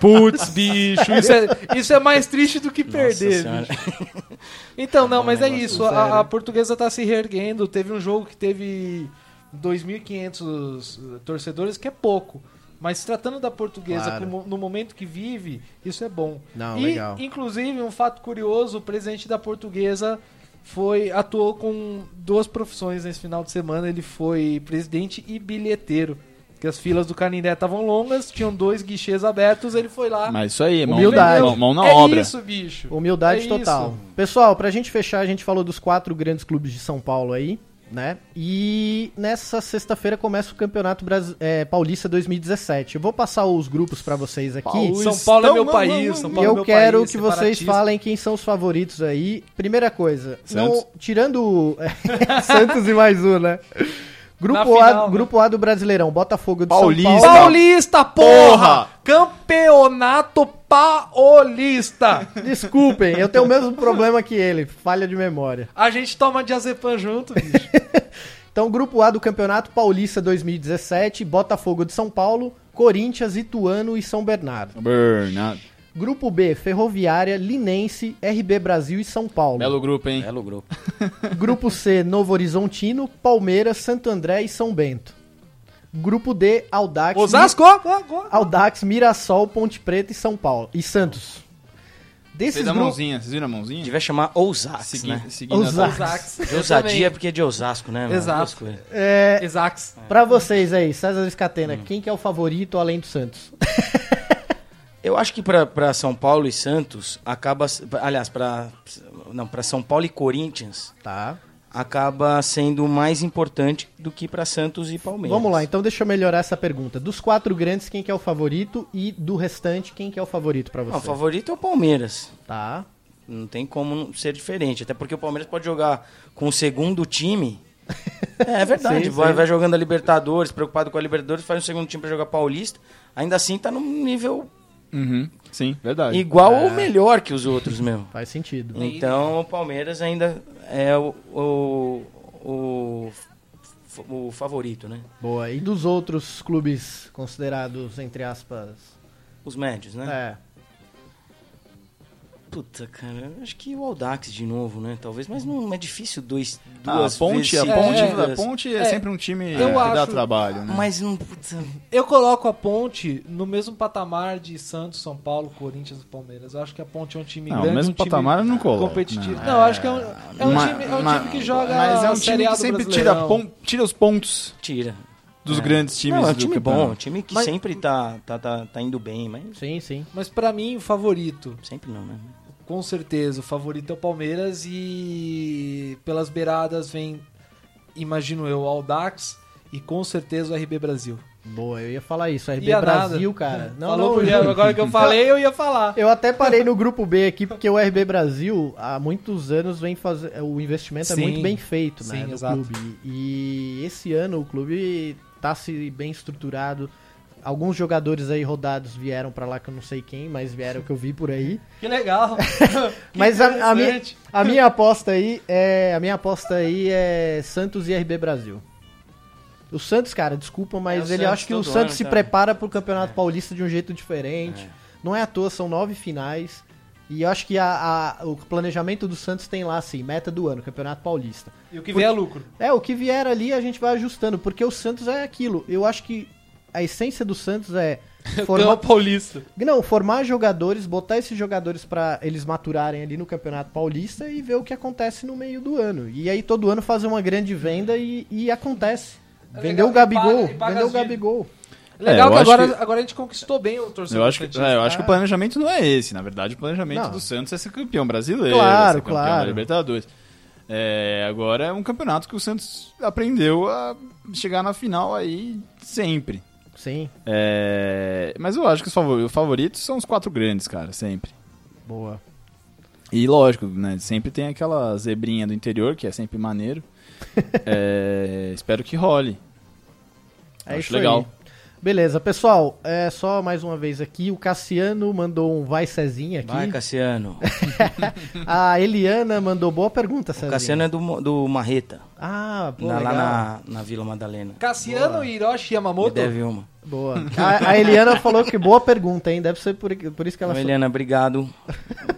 Putz, bicho, *laughs* isso é, isso é mais triste do que perder.
Senhora.
bicho. Então, não, mas é
negócio
isso. A, a portuguesa tá se reerguendo. Teve um jogo que teve 2.500 torcedores, que é pouco. Mas se tratando da portuguesa
Claro.
como- no momento que vive, isso é bom.
Não,
e,
legal.
inclusive, um fato curioso, o presidente da portuguesa foi atuou com duas profissões nesse final de semana. Ele foi presidente e bilheteiro. Porque as filas do Canindé estavam longas, tinham dois guichês abertos, ele foi lá.
sei. Mas isso aí, é mão,
Humildade.
mão, mão na
é
obra.
isso, bicho.
Humildade
É
total.
isso.
Pessoal, pra gente fechar, a gente falou dos quatro grandes clubes de São Paulo aí, né? E nessa sexta-feira começa o Campeonato Bras- é, Paulista 2017. Eu vou passar os grupos pra vocês aqui.
São Paulo é meu
Paulistão,
país. São Paulo é
eu
meu
quero
país,
que vocês
separatista.
falem quem são os favoritos aí. Primeira coisa,
Santos.
não-
*laughs*
tirando o- *laughs* Santos e mais um, né? Grupo,
Na final,
a,
né?
grupo A do Brasileirão, Botafogo de
Paulista.
São Paulo.
Paulista, porra! Campeonato paulista!
Desculpem, eu tenho o mesmo problema que ele, falha de memória.
A gente toma diazepam junto, bicho.
Então, grupo A do Campeonato Paulista 2017, Botafogo de São Paulo, Corinthians, Ituano e São Bernardo.
Bernardo.
Grupo B, Ferroviária, Linense, RB Brasil e São Paulo.
Belo grupo, hein?
Belo grupo.
Grupo C, Novo Horizontino, Palmeiras, Santo André e São Bento. Grupo D, Aldax.
Osasco!
Aldax, Mirassol, Ponte Preta e São Paulo. E Santos. Desses
Fez a
grupos.
mãozinha, vocês viram a mãozinha? Ah,
Devia chamar Ousax,
Segui-
né?
Seguindo
Ousa-
a...
Osax.
De ousadia porque é de Osasco, né? mano?
Exato.
Duas coisas.
É,
Exax.
pra vocês aí, César Escatena, quem que é o favorito além do Santos?
Eu acho que para São Paulo e Santos acaba, aliás, para não para São Paulo e Corinthians
Tá.
acaba sendo mais importante do que para Santos e Palmeiras.
Vamos lá, então deixa eu melhorar essa pergunta. Dos quatro grandes, quem que é o favorito? E do restante, quem que é o favorito pra
Não, o
você?
favorito é o Palmeiras.
Tá.
Não tem como não ser diferente, até porque o Palmeiras pode jogar com o segundo
*laughs*
time. É, é verdade,
Sim,
vai,
sim.
vai jogando a Libertadores, preocupado com a Libertadores, faz um segundo time para jogar Paulista, ainda assim tá num nível
Uhum, sim, verdade.
igual
é.
ou melhor que os outros, meu.
*laughs* Faz sentido. né?
Então o Palmeiras ainda é o, o, o, f- o favorito, né?
Boa. E dos outros clubes considerados, entre aspas.
Os médios, né?
É.
Puta, cara, eu acho que o Aldax de novo, né? Talvez, mas não é difícil dois,
Ah, a
duas
ponte, a
vezes
ponte,
seguidas.
a ponte é,
É,
sempre um time
eu
que dá
acho-
trabalho, né?
Mas não, puta,
Eu coloco a Ponte no mesmo patamar de Santos, São Paulo, Corinthians e Palmeiras. Eu acho que a Ponte é um time
Não,
grande,
o mesmo
um time
patamar eu não coloco.
competitivo. Não,
não.
eu acho que é um, é um
Ma-
time, é um
ma-
time que joga
Mas é um
Série
time
A
que
do
sempre tira,
Brasileirão.
pon- tira os pontos
tira.
dos
É.
grandes times
não, é um
do
time
campeonato.
bom, um time que
Mas-
sempre tá, tá, tá, tá indo bem, mas
Sim, sim.
Mas pra mim, o favorito,
sempre não, né?
com certeza, o favorito é o Palmeiras e pelas beiradas vem, imagino eu, o Aldax e com certeza o RB Brasil.
Boa, eu ia falar isso. RB
Ia nada.
Brasil,
*laughs*
cara. Não,
Falou
não,
pro
eu
Diego,
juro.
agora que eu falei, eu
*laughs*
ia falar.
Eu até parei no grupo B aqui, porque o RB Brasil, há muitos anos, vem fazer. O investimento
Sim.
é muito bem feito, né?
Sim,
no
exato.
clube. E esse ano o clube tá se bem estruturado. Alguns jogadores aí rodados vieram pra lá, que eu não sei quem, mas vieram que eu vi por aí. *laughs*
Que legal. Que
Mas a, a minha,
interessante.
a minha aposta aí é. A minha aposta aí é Santos e RB Brasil. O Santos, cara, desculpa,
É,
mas
o
ele
Santos
acha que o
todo
Santos
ano,
se
cara.
prepara pro Campeonato Paulista de um jeito diferente.
É.
Não é à toa, são nove finais. E eu acho que a- a- o planejamento do Santos tem lá, assim, meta do ano, Campeonato Paulista.
E o que vier é lucro.
É, o que vier ali a gente vai ajustando, porque o Santos é aquilo. Eu acho que a essência do Santos é formar,
Então, Paulista.
não, formar jogadores, botar esses jogadores pra eles maturarem ali no Campeonato Paulista e ver o que acontece no meio do ano. E aí todo ano fazer uma grande venda e, e acontece.
É
Vendeu
legal,
o Gabigol,
e paga- e paga
vendeu o
as dívidas.
Gabigol.
Legal
É, eu
que,
acho
agora,
que-
agora a gente conquistou bem o torcedor
Eu acho, que,
santista. tá?
é, eu acho que o planejamento não é esse. Na verdade, o planejamento
Não.
do Santos é ser campeão brasileiro,
Claro,
ser campeão
claro.
da Libertadores. É, agora é um campeonato que o Santos aprendeu a chegar na final aí sempre.
Sim,
É, mas eu acho que os favor- os favoritos são os quatro grandes, cara, sempre.
boa.
E lógico, né? Sempre tem aquela zebrinha do interior, que é sempre maneiro. É, *laughs* espero que role.
É
Acho
isso
legal.
aí. Beleza, pessoal, é só mais uma vez aqui. O Cassiano mandou um vai Cezinha aqui.
Vai, Cassiano.
A Eliana mandou boa pergunta,
O
Cezinha.
Cassiano é do, Mo- do Marreta,
Ah, boa.
na- lá
legal.
na, na Vila Madalena.
Cassiano Hiroshi
Me
Yamamoto.
deve uma.
Boa. A, a Eliana falou que boa pergunta, hein? Deve ser por, por isso que ela
Então, Helena, obrigado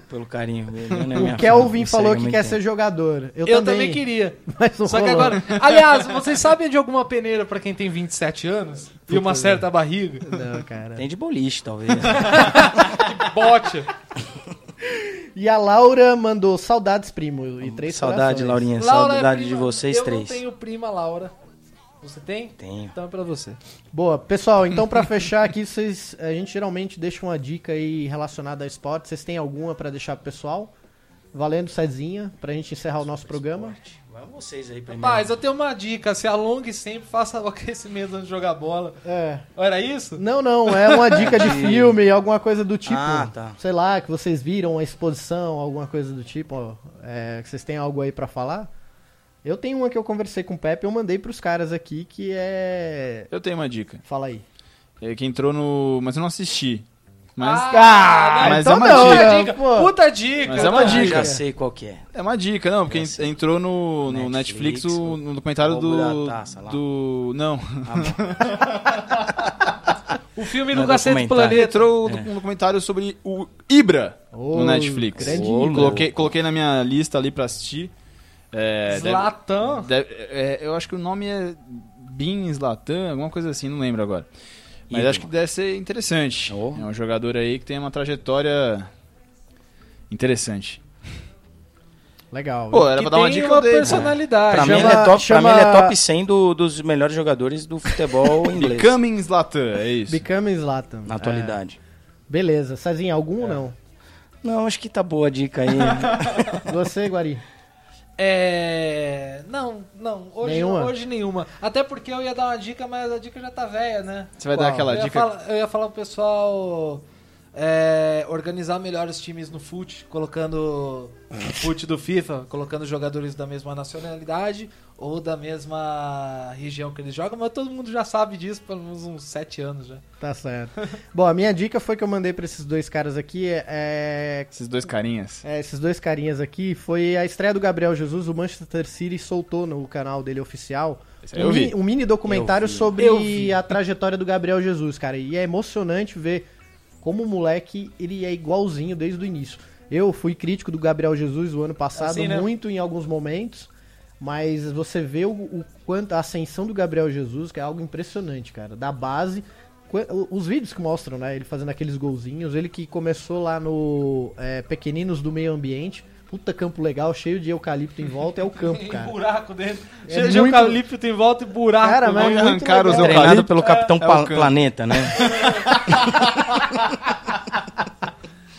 pelo carinho. Helena é minha
O
fã,
Kelvin
me
falou
segue há
que
muito
quer
tempo.
ser jogador. Eu,
Eu também
também,
queria.
*laughs* Mas não
Só que
rolou.
agora. Aliás, vocês sabem de alguma peneira pra quem tem 27
*laughs*
anos? e uma certa barriga?
Não, cara.
Tem de boliche, talvez.
Bote.
E a Laura mandou saudades, primo. E três
saudade,
corações.
Laurinha.
Laura é
saudade de
prima-
vocês
eu
três.
Eu tenho prima, Laura. Você tem?
Tenho.
Então é pra você.
Boa. Pessoal, então pra fechar aqui, vocês, a gente geralmente deixa uma dica aí relacionada a esporte. Vocês têm alguma pra deixar pro pessoal? Valendo, Cezinha, pra gente encerrar o nosso programa.
Vamos vocês aí primeiro.
Mas eu tenho uma dica: se alongue sempre, faça *laughs* o aquecimento antes de jogar bola.
É.
Era isso?
Não, não, é uma dica
*laughs*
de filme, alguma coisa do tipo.
Ah, tá.
Sei lá, que vocês viram a exposição, alguma coisa do tipo. ó, é, que vocês têm algo aí pra falar? Eu tenho uma que eu conversei com o Pepe, eu mandei pros caras aqui, que é.
Eu tenho uma dica.
Fala aí.
É, que entrou no. Mas eu não assisti. Mas
Ah,
mas
então
é uma
não,
dica.
né?
Puta dica!
Pô.
Puta dica!
Mas é uma
Ah,
dica.
Já sei qual que é.
é uma dica, não, porque
Eu
en-
sei.
entrou no, no Netflix,
Netflix,
o, no documentário
Roubo
do.
da taça lá.
do. Não. *laughs*
O filme
Não
do
é
Cacete
documentário.
Planeta.
Entrou do- um documentário sobre o Ibra
Ô,
no Netflix.
grande
Ô,
Ibra.
coloquei, coloquei na minha lista ali pra assistir. É, deve-
Zlatan.
deve- é, eu acho que o nome é Bin Zlatan, alguma coisa assim, não lembro agora. Mas
Ídolo.
acho que deve ser interessante.
Oh.
É um jogador aí que tem uma trajetória interessante.
Legal.
Pô, era
que
pra dar uma
tem
dica né?
uma
eu dei, pô.
personalidade.
Pra,
chama-
mim, ele é top, pra
chama-
mim ele é top 100 do- dos melhores jogadores do futebol inglês
Becoming Zlatan, é isso.
Becoming Zlatan.
na atualidade.
É. Beleza. Cezinha, algum ou não?
Não, acho que tá boa a dica aí.
Você, Guari.
É. Não, não. Hoje
Nenhuma?
nenhuma. hoje nenhuma. Até porque eu ia dar uma dica, mas a dica já tá velha, né?
Você vai
Qual?
dar aquela
eu, ia
dica.
falar, eu ia falar pro pessoal é, organizar melhor os times no FUT, *laughs* colocando o FUT do FIFA, colocando jogadores da mesma nacionalidade ou da mesma região que eles jogam, mas todo mundo já sabe disso, pelo menos uns sete anos já.
Tá certo. Bom, a minha dica foi que eu mandei pra esses dois caras aqui. É,
Esses dois carinhas.
é, esses dois carinhas aqui foi a estreia do Gabriel Jesus. O Manchester City soltou no canal dele oficial
Esse aí
um,
eu
mi-
vi.
um mini documentário
Eu vi.
sobre
Eu vi.
a trajetória do Gabriel Jesus, cara. E é emocionante ver como o moleque ele é igualzinho desde o início. Eu fui crítico do Gabriel Jesus o ano passado,
Assim, né?
muito em alguns momentos, mas você vê o, o quanto a ascensão do Gabriel Jesus, que é algo impressionante, cara. Da base, qu- o- os vídeos que mostram, né? Ele fazendo aqueles golzinhos, ele que começou lá no é, Pequeninos do Meio Ambiente. Puta campo legal, cheio de eucalipto em volta, é o
*laughs*
campo,
Tem
cara.
buraco dentro.
É
Cheio de
muito-
eucalipto em volta e buraco.
Cara, mas-
Onde
muito
arrancaram os
legal.
Treinado
eucaliptos?
pelo Capitão
é o
Pa-
campo.
Planeta, né?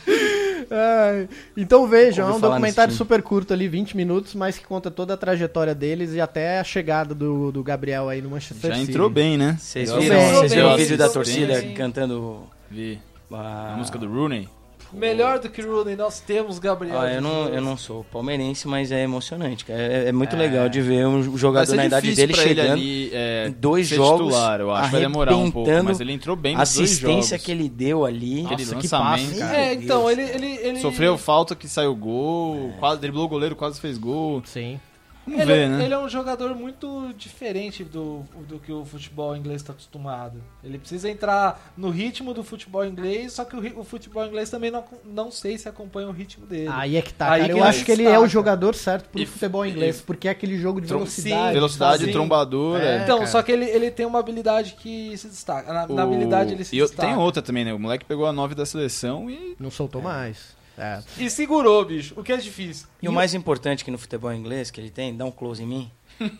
Ai, Então vejam, é
Ouvi
um
falar
documentário
nesse
super curto ali, 20 minutos, mas que conta toda a trajetória deles e até a chegada do, do Gabriel aí no Manchester
Já
City.
entrou bem, né?
Vocês
Eu
viram,
bem,
vocês
tô
viram
bem,
o vídeo da
tô
torcida
bem.
cantando ah,
Vi. Ah.
a,
A música do Rooney.
Melhor do que o Rooney, nós temos Gabriel.
Ah, eu, não, eu não sou palmeirense, mas é emocionante. cara. É, é muito legal de ver um
Vai
jogador
ser
na
é
idade
difícil
dele
pra ele
chegando.
ali, é,
dois
ser
jogos,
titular, eu acho. Vai demorar um pouco,
arrebentando,
mas ele entrou bem
a
nos dois jogos.
assistência que ele deu ali.
Aquele
Nossa, que
lançamento,
passe.
cara.
É, então, ele, ele, ele.
Sofreu falta que saiu gol, quase driblou o goleiro, quase fez gol.
Sim.
Vamos
Ele,
ver,
é-
né?
ele é um jogador muito diferente do, do que o futebol inglês está acostumado. Ele precisa entrar no ritmo do futebol inglês, só que o, ri- o futebol inglês também não, não sei se acompanha o ritmo dele.
Aí é que tá,
Aí
cara.
que
Eu
ele
acho que ele é
destaca.
o jogador certo pro
E-
futebol inglês, porque é aquele jogo de
Tro-
velocidade.
Sim.
Velocidade,
Sim.
trombadora.
É.
então,
cara.
só que ele, ele tem uma habilidade que se destaca. Na, na
O-
habilidade ele se
é. e eu-
destaca.
Tem outra também, né? O moleque pegou a 9 da seleção e.
Não soltou mais. É.
E segurou, bicho, o que é difícil.
E o mais importante que no futebol inglês que ele tem, dá um close em mim,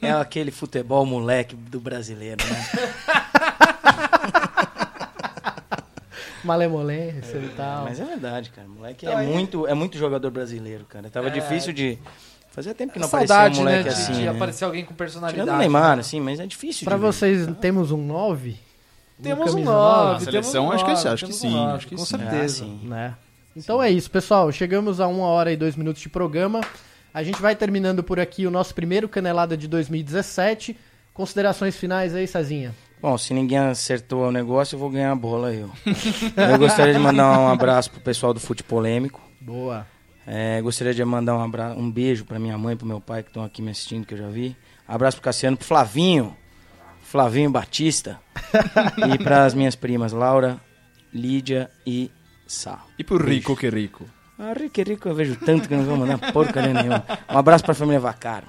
é aquele futebol moleque do brasileiro, né?
*laughs*
Malemolência e tal.
Mas é verdade, cara. Moleque
Então,
é,
aí-
muito, é muito jogador brasileiro, cara. Tava
É.
difícil de. Fazia tempo que não
Saudade,
aparecia um
né?
moleque
De,
assim.
de
né?
aparecer alguém com personalidade. né?
Tirando o Neymar, assim, mas é difícil.
Pra
de ver.
vocês, temos um 9?
Temos um
Camisa
9.
Na
temos
seleção,
um
acho que-
nove,
acho que
temos
sim,
um nove,
acho que
com
sim.
Ah,
certeza.
sim.
né? Então é isso, pessoal. Chegamos a uma hora e dois minutos de programa. A gente vai terminando por aqui o nosso primeiro Canelada de 2017. Considerações finais aí, Cezinha?
Bom, se ninguém acertou o negócio, eu vou ganhar a bola eu. eu gostaria de mandar um abraço pro pessoal do Fute Polêmico.
Boa.
É, gostaria de mandar um, abra... um beijo pra minha mãe, pro meu pai que estão aqui me assistindo, que eu já vi. Abraço pro Cassiano, pro Flavinho, Flavinho Batista. e pras minhas primas, Laura, Lídia e Sá.
E pro Rico que Rico.
Ah, rico, rico, eu vejo tanto que eu não vou mandar porcaria nenhuma. Um abraço pra família Vacaro.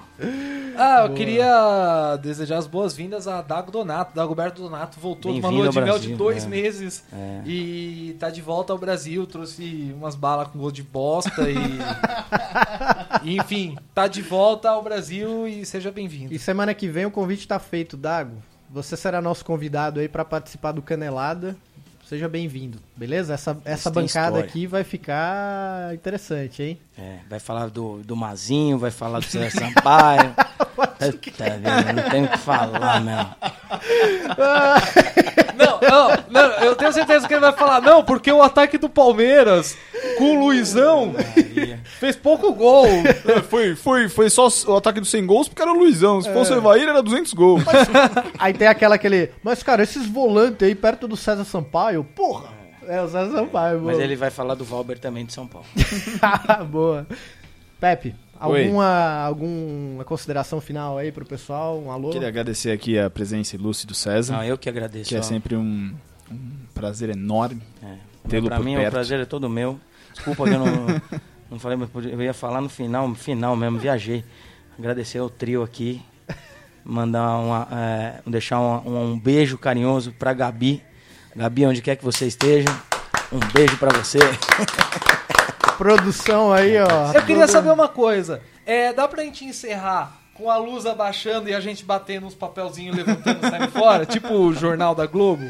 Ah, eu queria desejar as boas-vindas a Dago Donato. Dagoberto Donato voltou de uma
Bem-vindo
lua
ao
de mel de
Brasil,
dois
é.
meses e tá de volta ao Brasil. Trouxe umas balas com gosto de bosta e.
*laughs*
e, Enfim, tá de volta ao Brasil e seja bem-vindo.
E semana que vem o convite tá feito, Dago. Você será nosso convidado aí pra participar do Canelada. Seja bem-vindo, beleza? Essa, essa
tem
bancada
história.
aqui vai ficar interessante, hein?
É, vai falar do, do Mazinho, vai falar do
*laughs*
César Sampaio. Eita, velho, não tenho o que falar, não.
Não, não, não, eu tenho certeza que ele vai falar, não, porque o ataque do Palmeiras com o Luizão fez pouco gol.
É, foi, foi, foi só o ataque dos 100 gols porque era o Luizão. Se fosse o Evair, era 200 gols.
Aí tem aquela aquele. Mas, cara, esses volantes aí perto do César Sampaio, porra! É o César Sampaio,
Mas
boa.
ele vai falar do Valber também de São Paulo.
*laughs* Ah, boa. Pepe,
Oi.
alguma, alguma consideração final aí pro pessoal? Um alô?
Queria agradecer aqui a presença ilustre do César,
Não, eu que agradeço.
que é
Ah, ó.
sempre um, um prazer enorme
É.
tê-lo
Pra
por
mim, o
um perto.
prazer é todo meu. Desculpa que
*laughs*
eu não, não falei, mas eu ia falar no final, no final mesmo, viajei. Agradecer ao trio aqui. mandar uma, é, deixar um, um- um beijo carinhoso pra Gabi. Gabi, onde quer que você esteja, um beijo pra você.
Produção aí, ó.
Eu queria saber uma coisa. É, dá pra gente encerrar com a luz abaixando e a gente batendo uns papelzinhos, levantando e
*laughs*
saindo fora? Tipo o Jornal da Globo?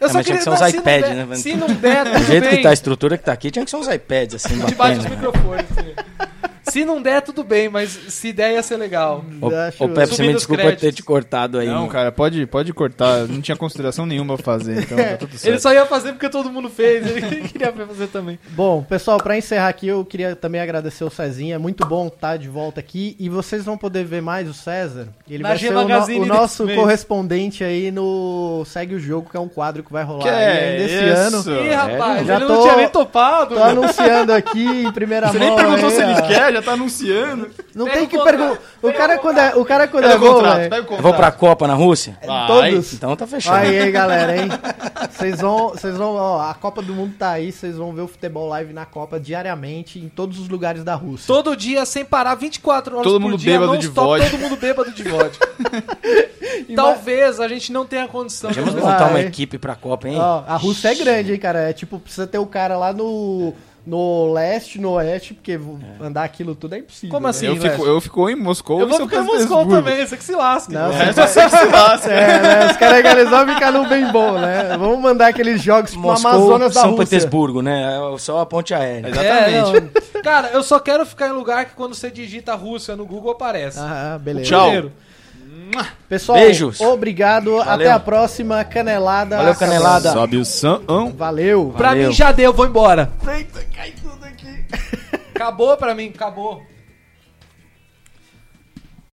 Eu
É, mas tinha que ser uns
não, se não
iPad,
der-
né?
Se não der,
*laughs* Do
tudo
jeito
bem.
que tá a estrutura que tá aqui, tinha que ser uns iPads assim,
*laughs* Debaixo dos
batendo. né?
microfones. assim. Se não der, tudo bem, mas se der, ia ser legal.
Ô,
Acho-
ô Pepe, você
Subindo
me
os
desculpa
créditos.
ter te cortado aí.
Não,
mano.
cara, pode, pode cortar. Não tinha consideração nenhuma pra fazer, então tá
*laughs*
tudo certo.
Ele só ia fazer porque todo mundo fez, ele *laughs* queria fazer também.
Bom, pessoal, pra encerrar aqui, eu queria também agradecer o Cezinha. É muito bom estar de volta aqui. E vocês vão poder ver mais o César. Ele
Na
vai
G
ser o, no-
Magazine
o
desse
nosso
mês.
correspondente aí no Segue o Jogo, que é um quadro que vai rolar
Que
aí
é tá
ainda esse
isso?
ano.
Ih, rapaz,
Já
ele
tô-
não tinha nem topado.
Tô
meu.
anunciando aqui em primeira
Você
mão.
nem perguntou
aí,
se
É.
ele
ó.
quer, já tá anunciando.
Não
Pega
tem
o
que
contrato,
perguntar. O
pega
cara
o
quando é, o cara quando é
Pega o
gol,
contrato,
velho,
pega o contrato.
Eu vou pra Copa na Rússia?
Vai.
todos.
Então tá fechado.
Aí, aí, galera, hein? Vocês vão, vocês vão, ó, a Copa do Mundo tá aí, vocês vão ver o futebol live na Copa diariamente em todos os lugares da Rússia.
Todo dia, sem parar, 24 horas
Todo
por
mundo
dia,
bêbado
não
de
stop,
vodka.
todo mundo bêbado de vodka.
E mais-
Talvez a gente não tenha condição.
Vamos
Vai.
montar uma equipe pra Copa, hein?
ó, a Rússia é grande, hein, cara? É tipo, precisa ter o cara lá no no leste, no oeste, porque vo- andar aquilo tudo é impossível.
Como
né?
assim,
eu, fico,
é.
velho?
eu fico em Moscou
Eu vou
São
ficar em Moscou
Petersburgo.
também, você que se lasca.
Não,
É, só
*laughs*
sei que se lasca.
É, né? Os caras resolvem ficar num bem bom, né? Vamos mandar aqueles jogos pro Amazonas da
São
Rússia.
Petersburgo, né? É Só a ponte aérea.
Exatamente.
É, não. Cara, eu só quero ficar em lugar que quando você digita Rússia no Google aparece.
Ah, beleza.
Tchau.
Primeiro.
Pessoal,
Beijos.
obrigado. Até a próxima. Canelada.
Valeu, Canelada.
Sobe o São.
Valeu.
Pra
Valeu.
mim já deu, vou embora.
Eita, cai tudo aqui.
Acabou pra mim, acabou.